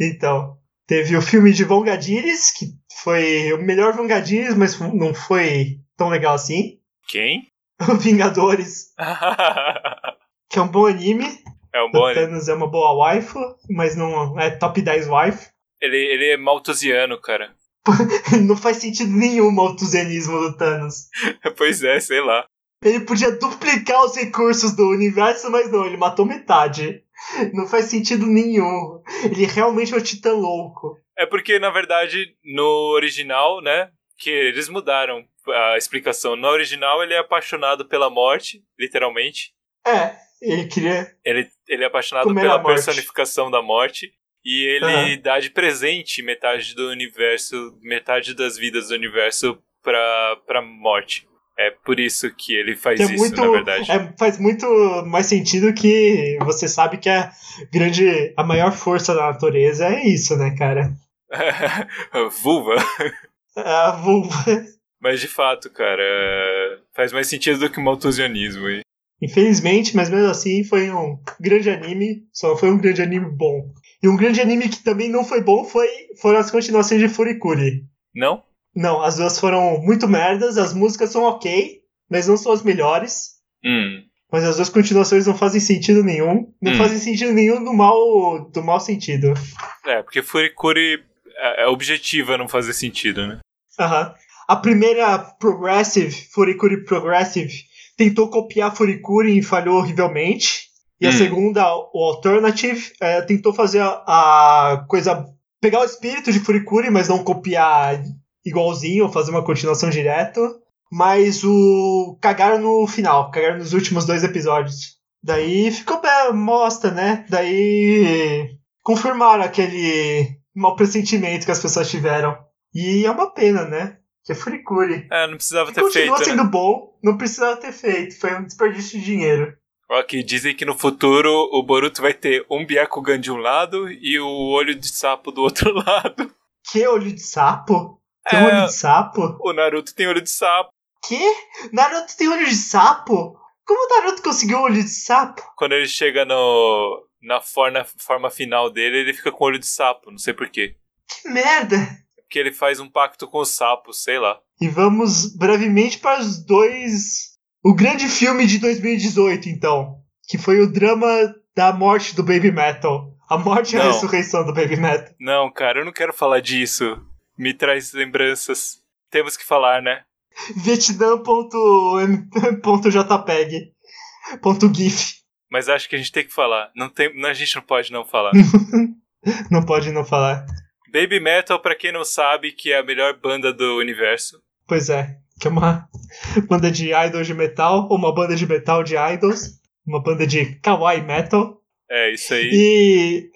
Então, Teve o filme de Vongadires, que foi o melhor Vongadires, mas não foi tão legal assim. Quem? O Vingadores, que é um bom anime. é um bom O anime. Thanos é uma boa waifu, mas não é top 10 waifu. Ele, ele é maltusiano, cara. não faz sentido nenhum o maltusianismo do Thanos. Pois é, sei lá. Ele podia duplicar os recursos do universo, mas não, ele matou metade. Não faz sentido nenhum. Ele realmente é um titã louco. É porque, na verdade, no original, né? Que eles mudaram a explicação. No original, ele é apaixonado pela morte, literalmente. É, ele queria. Ele, ele é apaixonado Comer a pela morte. personificação da morte. E ele dá de presente metade do universo, metade das vidas do universo pra, pra morte. É por isso que ele faz que é isso, muito, na verdade. é, faz muito mais sentido que você sabe que a grande. a maior força da natureza é isso, né, cara? é Vulva. A vulva. Mas de fato, cara, é, faz mais sentido do que o maltusianismo. E Infelizmente, mas mesmo assim foi um grande anime. Só foi um grande anime bom. E um grande anime que também não foi bom foi, foram as continuações de Furikuri. Não? Não, as duas foram muito merdas. As músicas são ok, mas não são as melhores. Hum. Mas as duas continuações não fazem sentido nenhum. Não Hum. fazem sentido nenhum do mal, do mal sentido. É, porque Furikuri é, é objetiva não fazer sentido, né? Aham. A primeira Progressive, Furikuri Progressive, tentou copiar Furikuri e falhou horrivelmente. E a Hum. segunda, o Alternative, eh, tentou fazer a, a coisa. pegar o espírito de Furikuri, mas não copiar igualzinho, ou fazer uma continuação direto. Mas o. cagaram no final, cagaram nos últimos dois episódios. Daí ficou bem, mostra, né? Daí. confirmaram aquele mau pressentimento que as pessoas tiveram. E é uma pena, né? Que é Furikuri. É, não precisava ter Continua feito, né? sendo bom, não precisava ter feito. Foi um desperdício de dinheiro. Ok, dizem que no futuro o Boruto vai ter um Byakugan de um lado e o olho de sapo do outro lado. Que olho de sapo? Tem um É. olho de sapo? O Naruto tem olho de sapo. Que? Naruto tem olho de sapo? Como o Naruto conseguiu um olho de sapo? Quando ele chega no na forma, forma final dele, ele fica com olho de sapo, não sei porquê. Que merda! Porque ele faz um pacto com o sapo, sei lá. E vamos brevemente para os dois. O grande filme de 2018, então. Que foi o drama da morte do Baby Metal. A morte e a Não. ressurreição do Baby Metal. Não, cara, eu não quero falar disso. Me traz lembranças. Temos que falar, né? Vietnam.m.jpg. Ponto GIF. Mas acho que a gente tem que falar. Não tem, não, a gente não pode não falar. Não pode não falar. Baby Metal, pra quem não sabe, que é a melhor banda do universo. Pois é, que é uma banda de idols de metal, ou uma banda de metal de idols, uma banda de kawaii metal. É isso aí. E.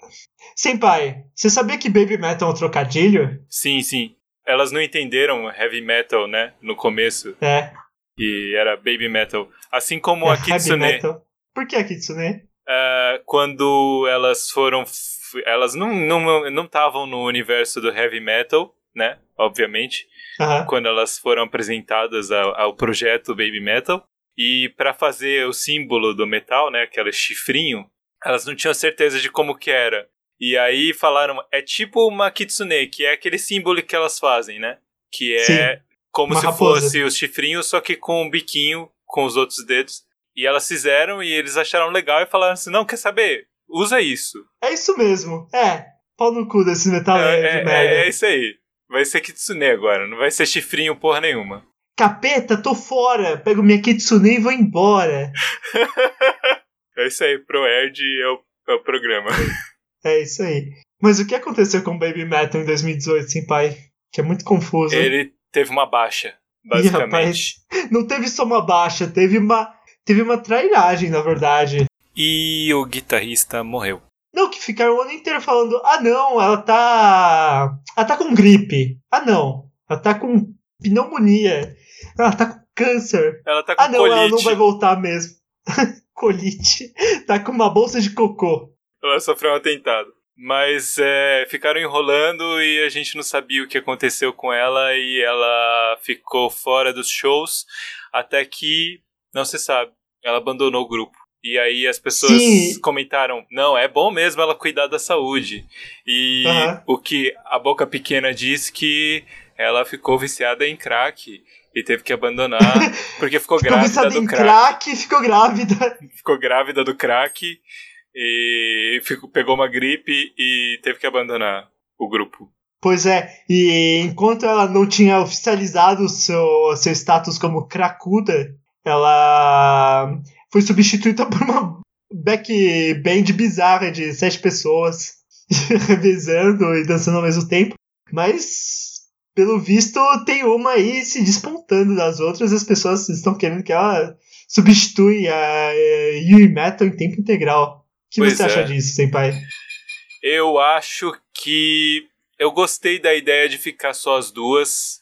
Senpai, você sabia que baby metal é um trocadilho? Sim, sim. Elas não entenderam heavy metal, né? No começo. É, E era baby metal. Assim como é a Kitsune. heavy metal. Por que a Kitsune? Ah, quando elas foram. f- Elas não estavam não, não tavam no universo do heavy metal, né? Obviamente. Aham. quando elas foram apresentadas ao, ao projeto Baby Metal. E para fazer o símbolo do metal, né, aquele chifrinho, elas não tinham certeza de como que era. E aí falaram, é tipo uma kitsune, que é aquele símbolo que elas fazem, né? Que é Sim, como uma se raposa. fosse os chifrinhos, só que com um biquinho, com os outros dedos. E elas fizeram e eles acharam legal e falaram assim, não, quer saber? Usa isso. É isso mesmo, é. Pau no cu desses metal é, de é- merda. é isso aí. Vai ser kitsune agora, não vai ser chifrinho porra nenhuma. Capeta, tô fora. Pego minha Kitsune e vou embora. É isso aí, ProErd é o, é o programa. É isso aí. Mas o que aconteceu com Baby Metal em 2018, Senpai? Que é muito confuso. Ele teve uma baixa, basicamente. Não teve só uma baixa, teve uma, teve uma trairagem, na verdade. E, o guitarrista morreu. Não, que ficaram o ano inteiro falando: ah, não, ela tá. Ela tá com gripe. Ah, não. Ela tá com pneumonia. Ela tá com câncer. Ela tá com Ah, não, ela não colite. vai voltar mesmo. colite. Tá com uma bolsa de cocô. Ela sofreu um atentado. Mas é, ficaram enrolando e a gente não sabia o que aconteceu com ela e ela ficou fora dos shows até que não se sabe. Ela abandonou o grupo. E aí as pessoas Sim. comentaram: não, é bom mesmo ela cuidar da saúde. E Aham. o que a boca pequena diz que ela ficou viciada em crack e teve que abandonar porque ficou Ficou grávida viciada do em crack. crack, ficou grávida. Ficou grávida do crack e ficou, pegou uma gripe e teve que abandonar o grupo. Pois é, e enquanto ela não tinha oficializado o seu, seu status como cracuda, ela foi substituída por uma back band bizarra de sete pessoas, revezando e dançando ao mesmo tempo. Mas, pelo visto, tem uma aí se despontando das outras, e as pessoas estão querendo que ela substitui a eh, Yui Metal em tempo integral. O que Pois você é. acha disso, Senpai? Eu acho que eu gostei da ideia de ficar só as duas,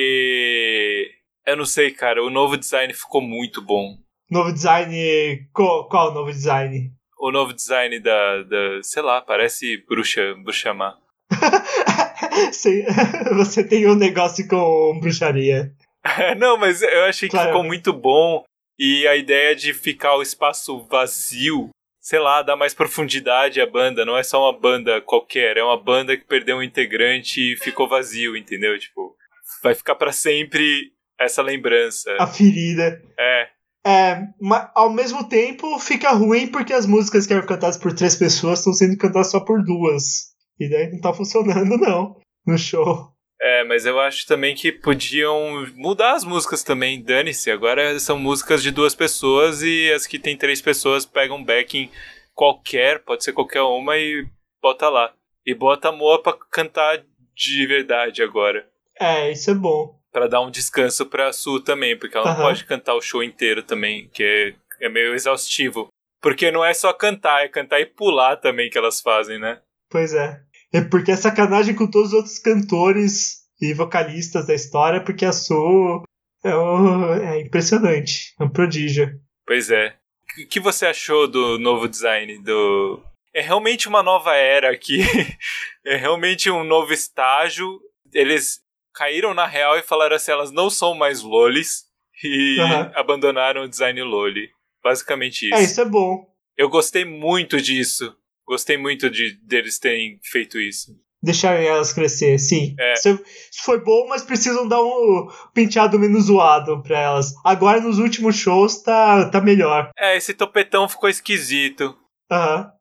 porque eu não sei, cara, o novo design ficou muito bom. Novo design. Qual, qual o novo design? O novo design da, da sei lá, parece bruxa, bruxa má. Sei- Você tem um negócio com bruxaria. É, não, mas eu achei que Claramente. ficou muito bom e a ideia de ficar o espaço vazio, sei lá, dá mais profundidade à banda, não é só uma banda qualquer, é uma banda que perdeu um integrante e ficou vazio, entendeu? Tipo, vai ficar pra sempre essa lembrança. A ferida. É, É, mas ao mesmo tempo fica ruim porque as músicas que eram cantadas por três pessoas estão sendo cantadas só por duas. E daí não tá funcionando, não. No show. É, mas eu acho também que podiam mudar as músicas também, dane-se. Agora são músicas de duas pessoas e as que tem três pessoas pegam backing qualquer, pode ser qualquer uma, e bota lá. E bota a Moa pra cantar de verdade agora. É, isso é bom. Pra dar um descanso pra Su também, porque ela Aham. não pode cantar o show inteiro também, que é, é meio exaustivo. Porque não é só cantar, é cantar e pular também que elas fazem, né? Pois é. É porque é sacanagem com todos os outros cantores e vocalistas da história, porque a Su é, um- é impressionante. É um prodígio. Pois é. O que você achou do novo design do. É realmente uma nova era aqui. é realmente um novo estágio. Eles caíram na real e falaram assim: elas não são mais lolis e Aham. abandonaram o design loli. Basicamente isso. É, isso é bom. Eu gostei muito disso. Gostei muito de deles terem feito isso. Deixarem elas crescer, sim. É. Isso isso foi bom, mas precisam dar um penteado menos zoado pra elas. Agora nos últimos shows tá, tá melhor. É, esse topetão ficou esquisito. Aham.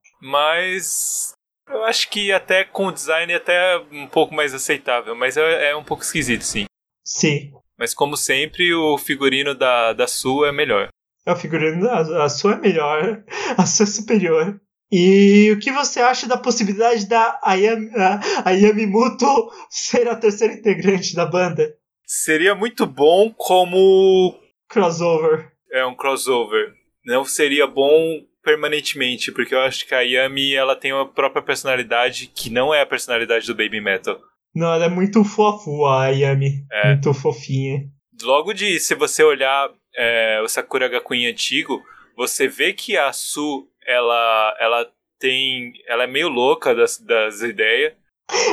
Mas eu acho que até com o design até um pouco mais aceitável, mas é, é um pouco esquisito, sim. Sim. Mas como sempre, o figurino da, da Sul é melhor. A figurino, a, a sua é melhor. A sua é superior. E o que você acha da possibilidade da Ayami, a- a Yamimoto ser a terceira integrante da banda? Seria muito bom como Crossover. é um crossover. Não seria bom permanentemente, porque eu acho que a Yami ela tem uma própria personalidade que não é a personalidade do Baby Metal. Não, ela é muito fofua, a Yami. É. Muito fofinha. Logo de se você olhar é, o Sakura Gakuin antigo, você vê que a Su ela ela tem ela é meio louca das, das ideias.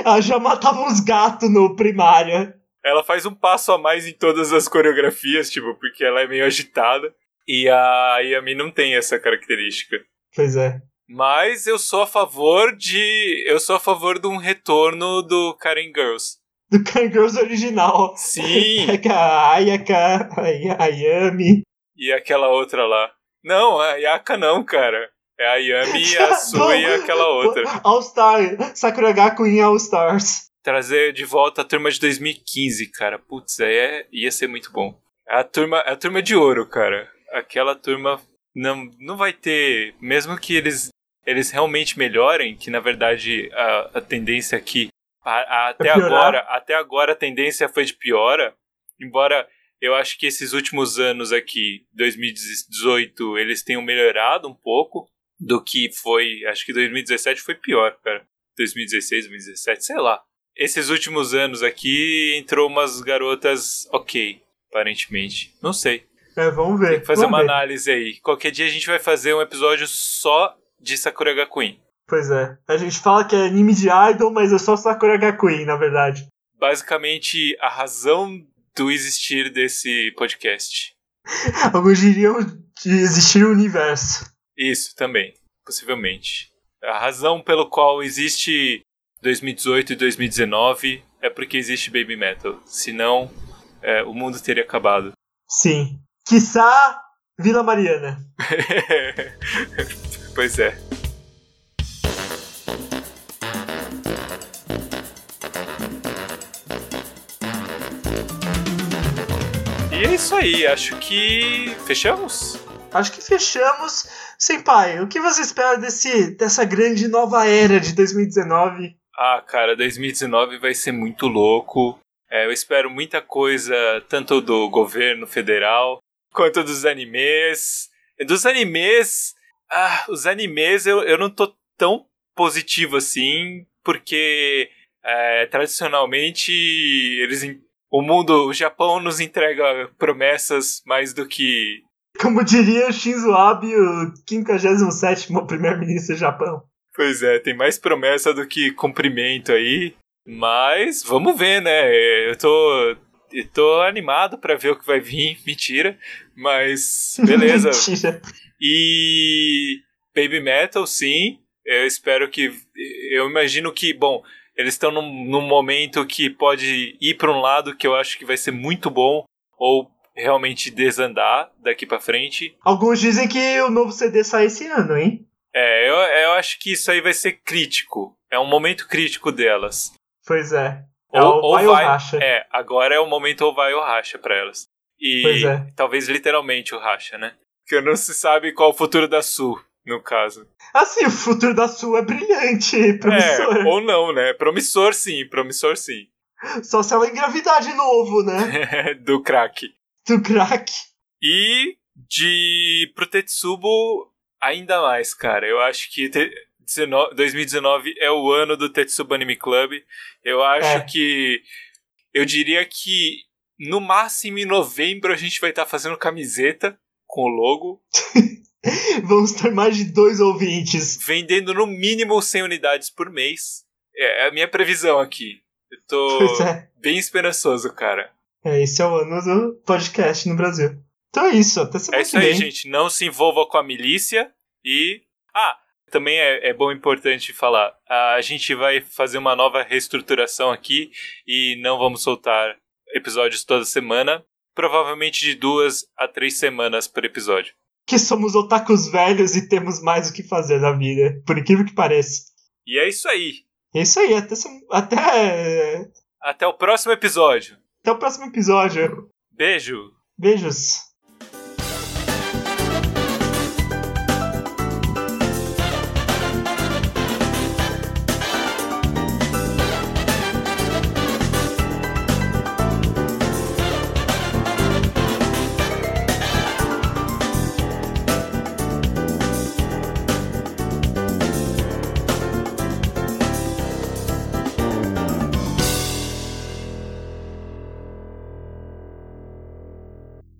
Ela já matava uns gatos no primário. Ela faz um passo a mais em todas as coreografias, tipo, porque ela é meio agitada. E a Yami não tem essa característica. Pois é. Mas eu sou a favor de. Eu sou a favor de um retorno do Karen Girls. Do Girls original. Sim! Pega a Ayaka, a Ya- a Yami. e aquela outra lá. Não, a Yaka não, cara. É a Yami, a Su e aquela outra. All Star. Sakura Gaku em All Stars. Trazer de volta a turma de 2015, cara. Putz, aí é, ia ser muito bom. É a turma, é a turma de ouro, cara. Aquela turma não, não vai ter. Mesmo que eles, eles realmente melhorem, que na verdade a, a tendência aqui. a- a- até, É piorar. agora, até agora a tendência foi de piora. Embora eu acho que esses últimos anos aqui, 2018, eles tenham melhorado um pouco do que foi. Acho que 2017 foi pior, cara. 2016, 2017, sei lá esses últimos anos aqui entrou umas garotas ok, aparentemente. Não sei. É, vamos Tem ver. que fazer vamos uma ver. análise aí. Qualquer dia a gente vai fazer um episódio só de Sakura Ga Queen. Pois é. A gente fala que é anime de idol, mas é só Sakura Gakuin, na verdade. Basicamente, a razão do existir desse podcast. Alguns diriam de existir um universo. Isso, também. Possivelmente. A razão pelo qual existe 2018 e 2019 é porque existe Baby Metal. Senão, é, o mundo teria acabado. Sim. Quiçá Vila Mariana. pois é. E é isso aí, acho que fechamos. Acho que fechamos. Senpai, o que você espera desse, dessa grande nova era de 2019? Ah, cara, 2019 vai ser muito louco. É, eu espero muita coisa, tanto do governo federal, quanto dos animes. Dos animes. Ah, os animes eu, eu não tô tão positivo assim, porque é, tradicionalmente eles. en- O mundo, o Japão nos entrega promessas mais do que. Como diria Shinzo Abe, o 57 primeiro-ministro do Japão. Pois é, tem mais promessa do que cumprimento aí. Mas vamos ver, né? É, Eu tô. Eu tô animado pra ver o que vai vir. Mentira. Mas beleza. Mentira. E Baby Metal, sim. Eu espero que. Eu imagino que, bom, eles estão num, num momento que pode ir para um lado que eu acho que vai ser muito bom, ou realmente desandar daqui para frente. Alguns dizem que o novo CD sai esse ano, hein? É, eu, eu acho que isso aí vai ser crítico. É um momento crítico delas. Pois é. É o vai ou racha. É, agora é o momento ou vai ou racha pra elas. E Pois é. talvez literalmente o racha, né? Porque não se sabe qual o futuro da Sul, no caso. Assim, o futuro da Sul é brilhante, e promissor. É, ou não, né? Promissor sim, promissor sim. Só se ela engravidar de novo, né? É. Do crack. Do crack. E de pro Tetsubo, ainda mais, cara. Eu acho que te- 19 2019 é o ano do Tetsubo Anime Club. Eu acho É. que. Eu diria que no máximo em novembro a gente vai estar fazendo camiseta com o logo, Vamos ter mais de dois ouvintes. vendendo no mínimo 100 unidades por mês. É é a minha previsão aqui. Eu Pois tô é. bem esperançoso, cara. é. Esse é o ano do podcast no Brasil. Então é isso, até semana É isso que vem. aí, gente. Não se envolva com a milícia e. Ah, também é, é bom e importante falar. A gente vai fazer uma nova reestruturação aqui e não vamos soltar episódios toda semana. Provavelmente de duas a três semanas por episódio. Que somos otakus velhos e temos mais o que fazer na vida, por incrível que pareça. E é isso aí. É isso aí, até, sem- até... é, Até o próximo episódio. até o próximo episódio. Beijo! Beijos.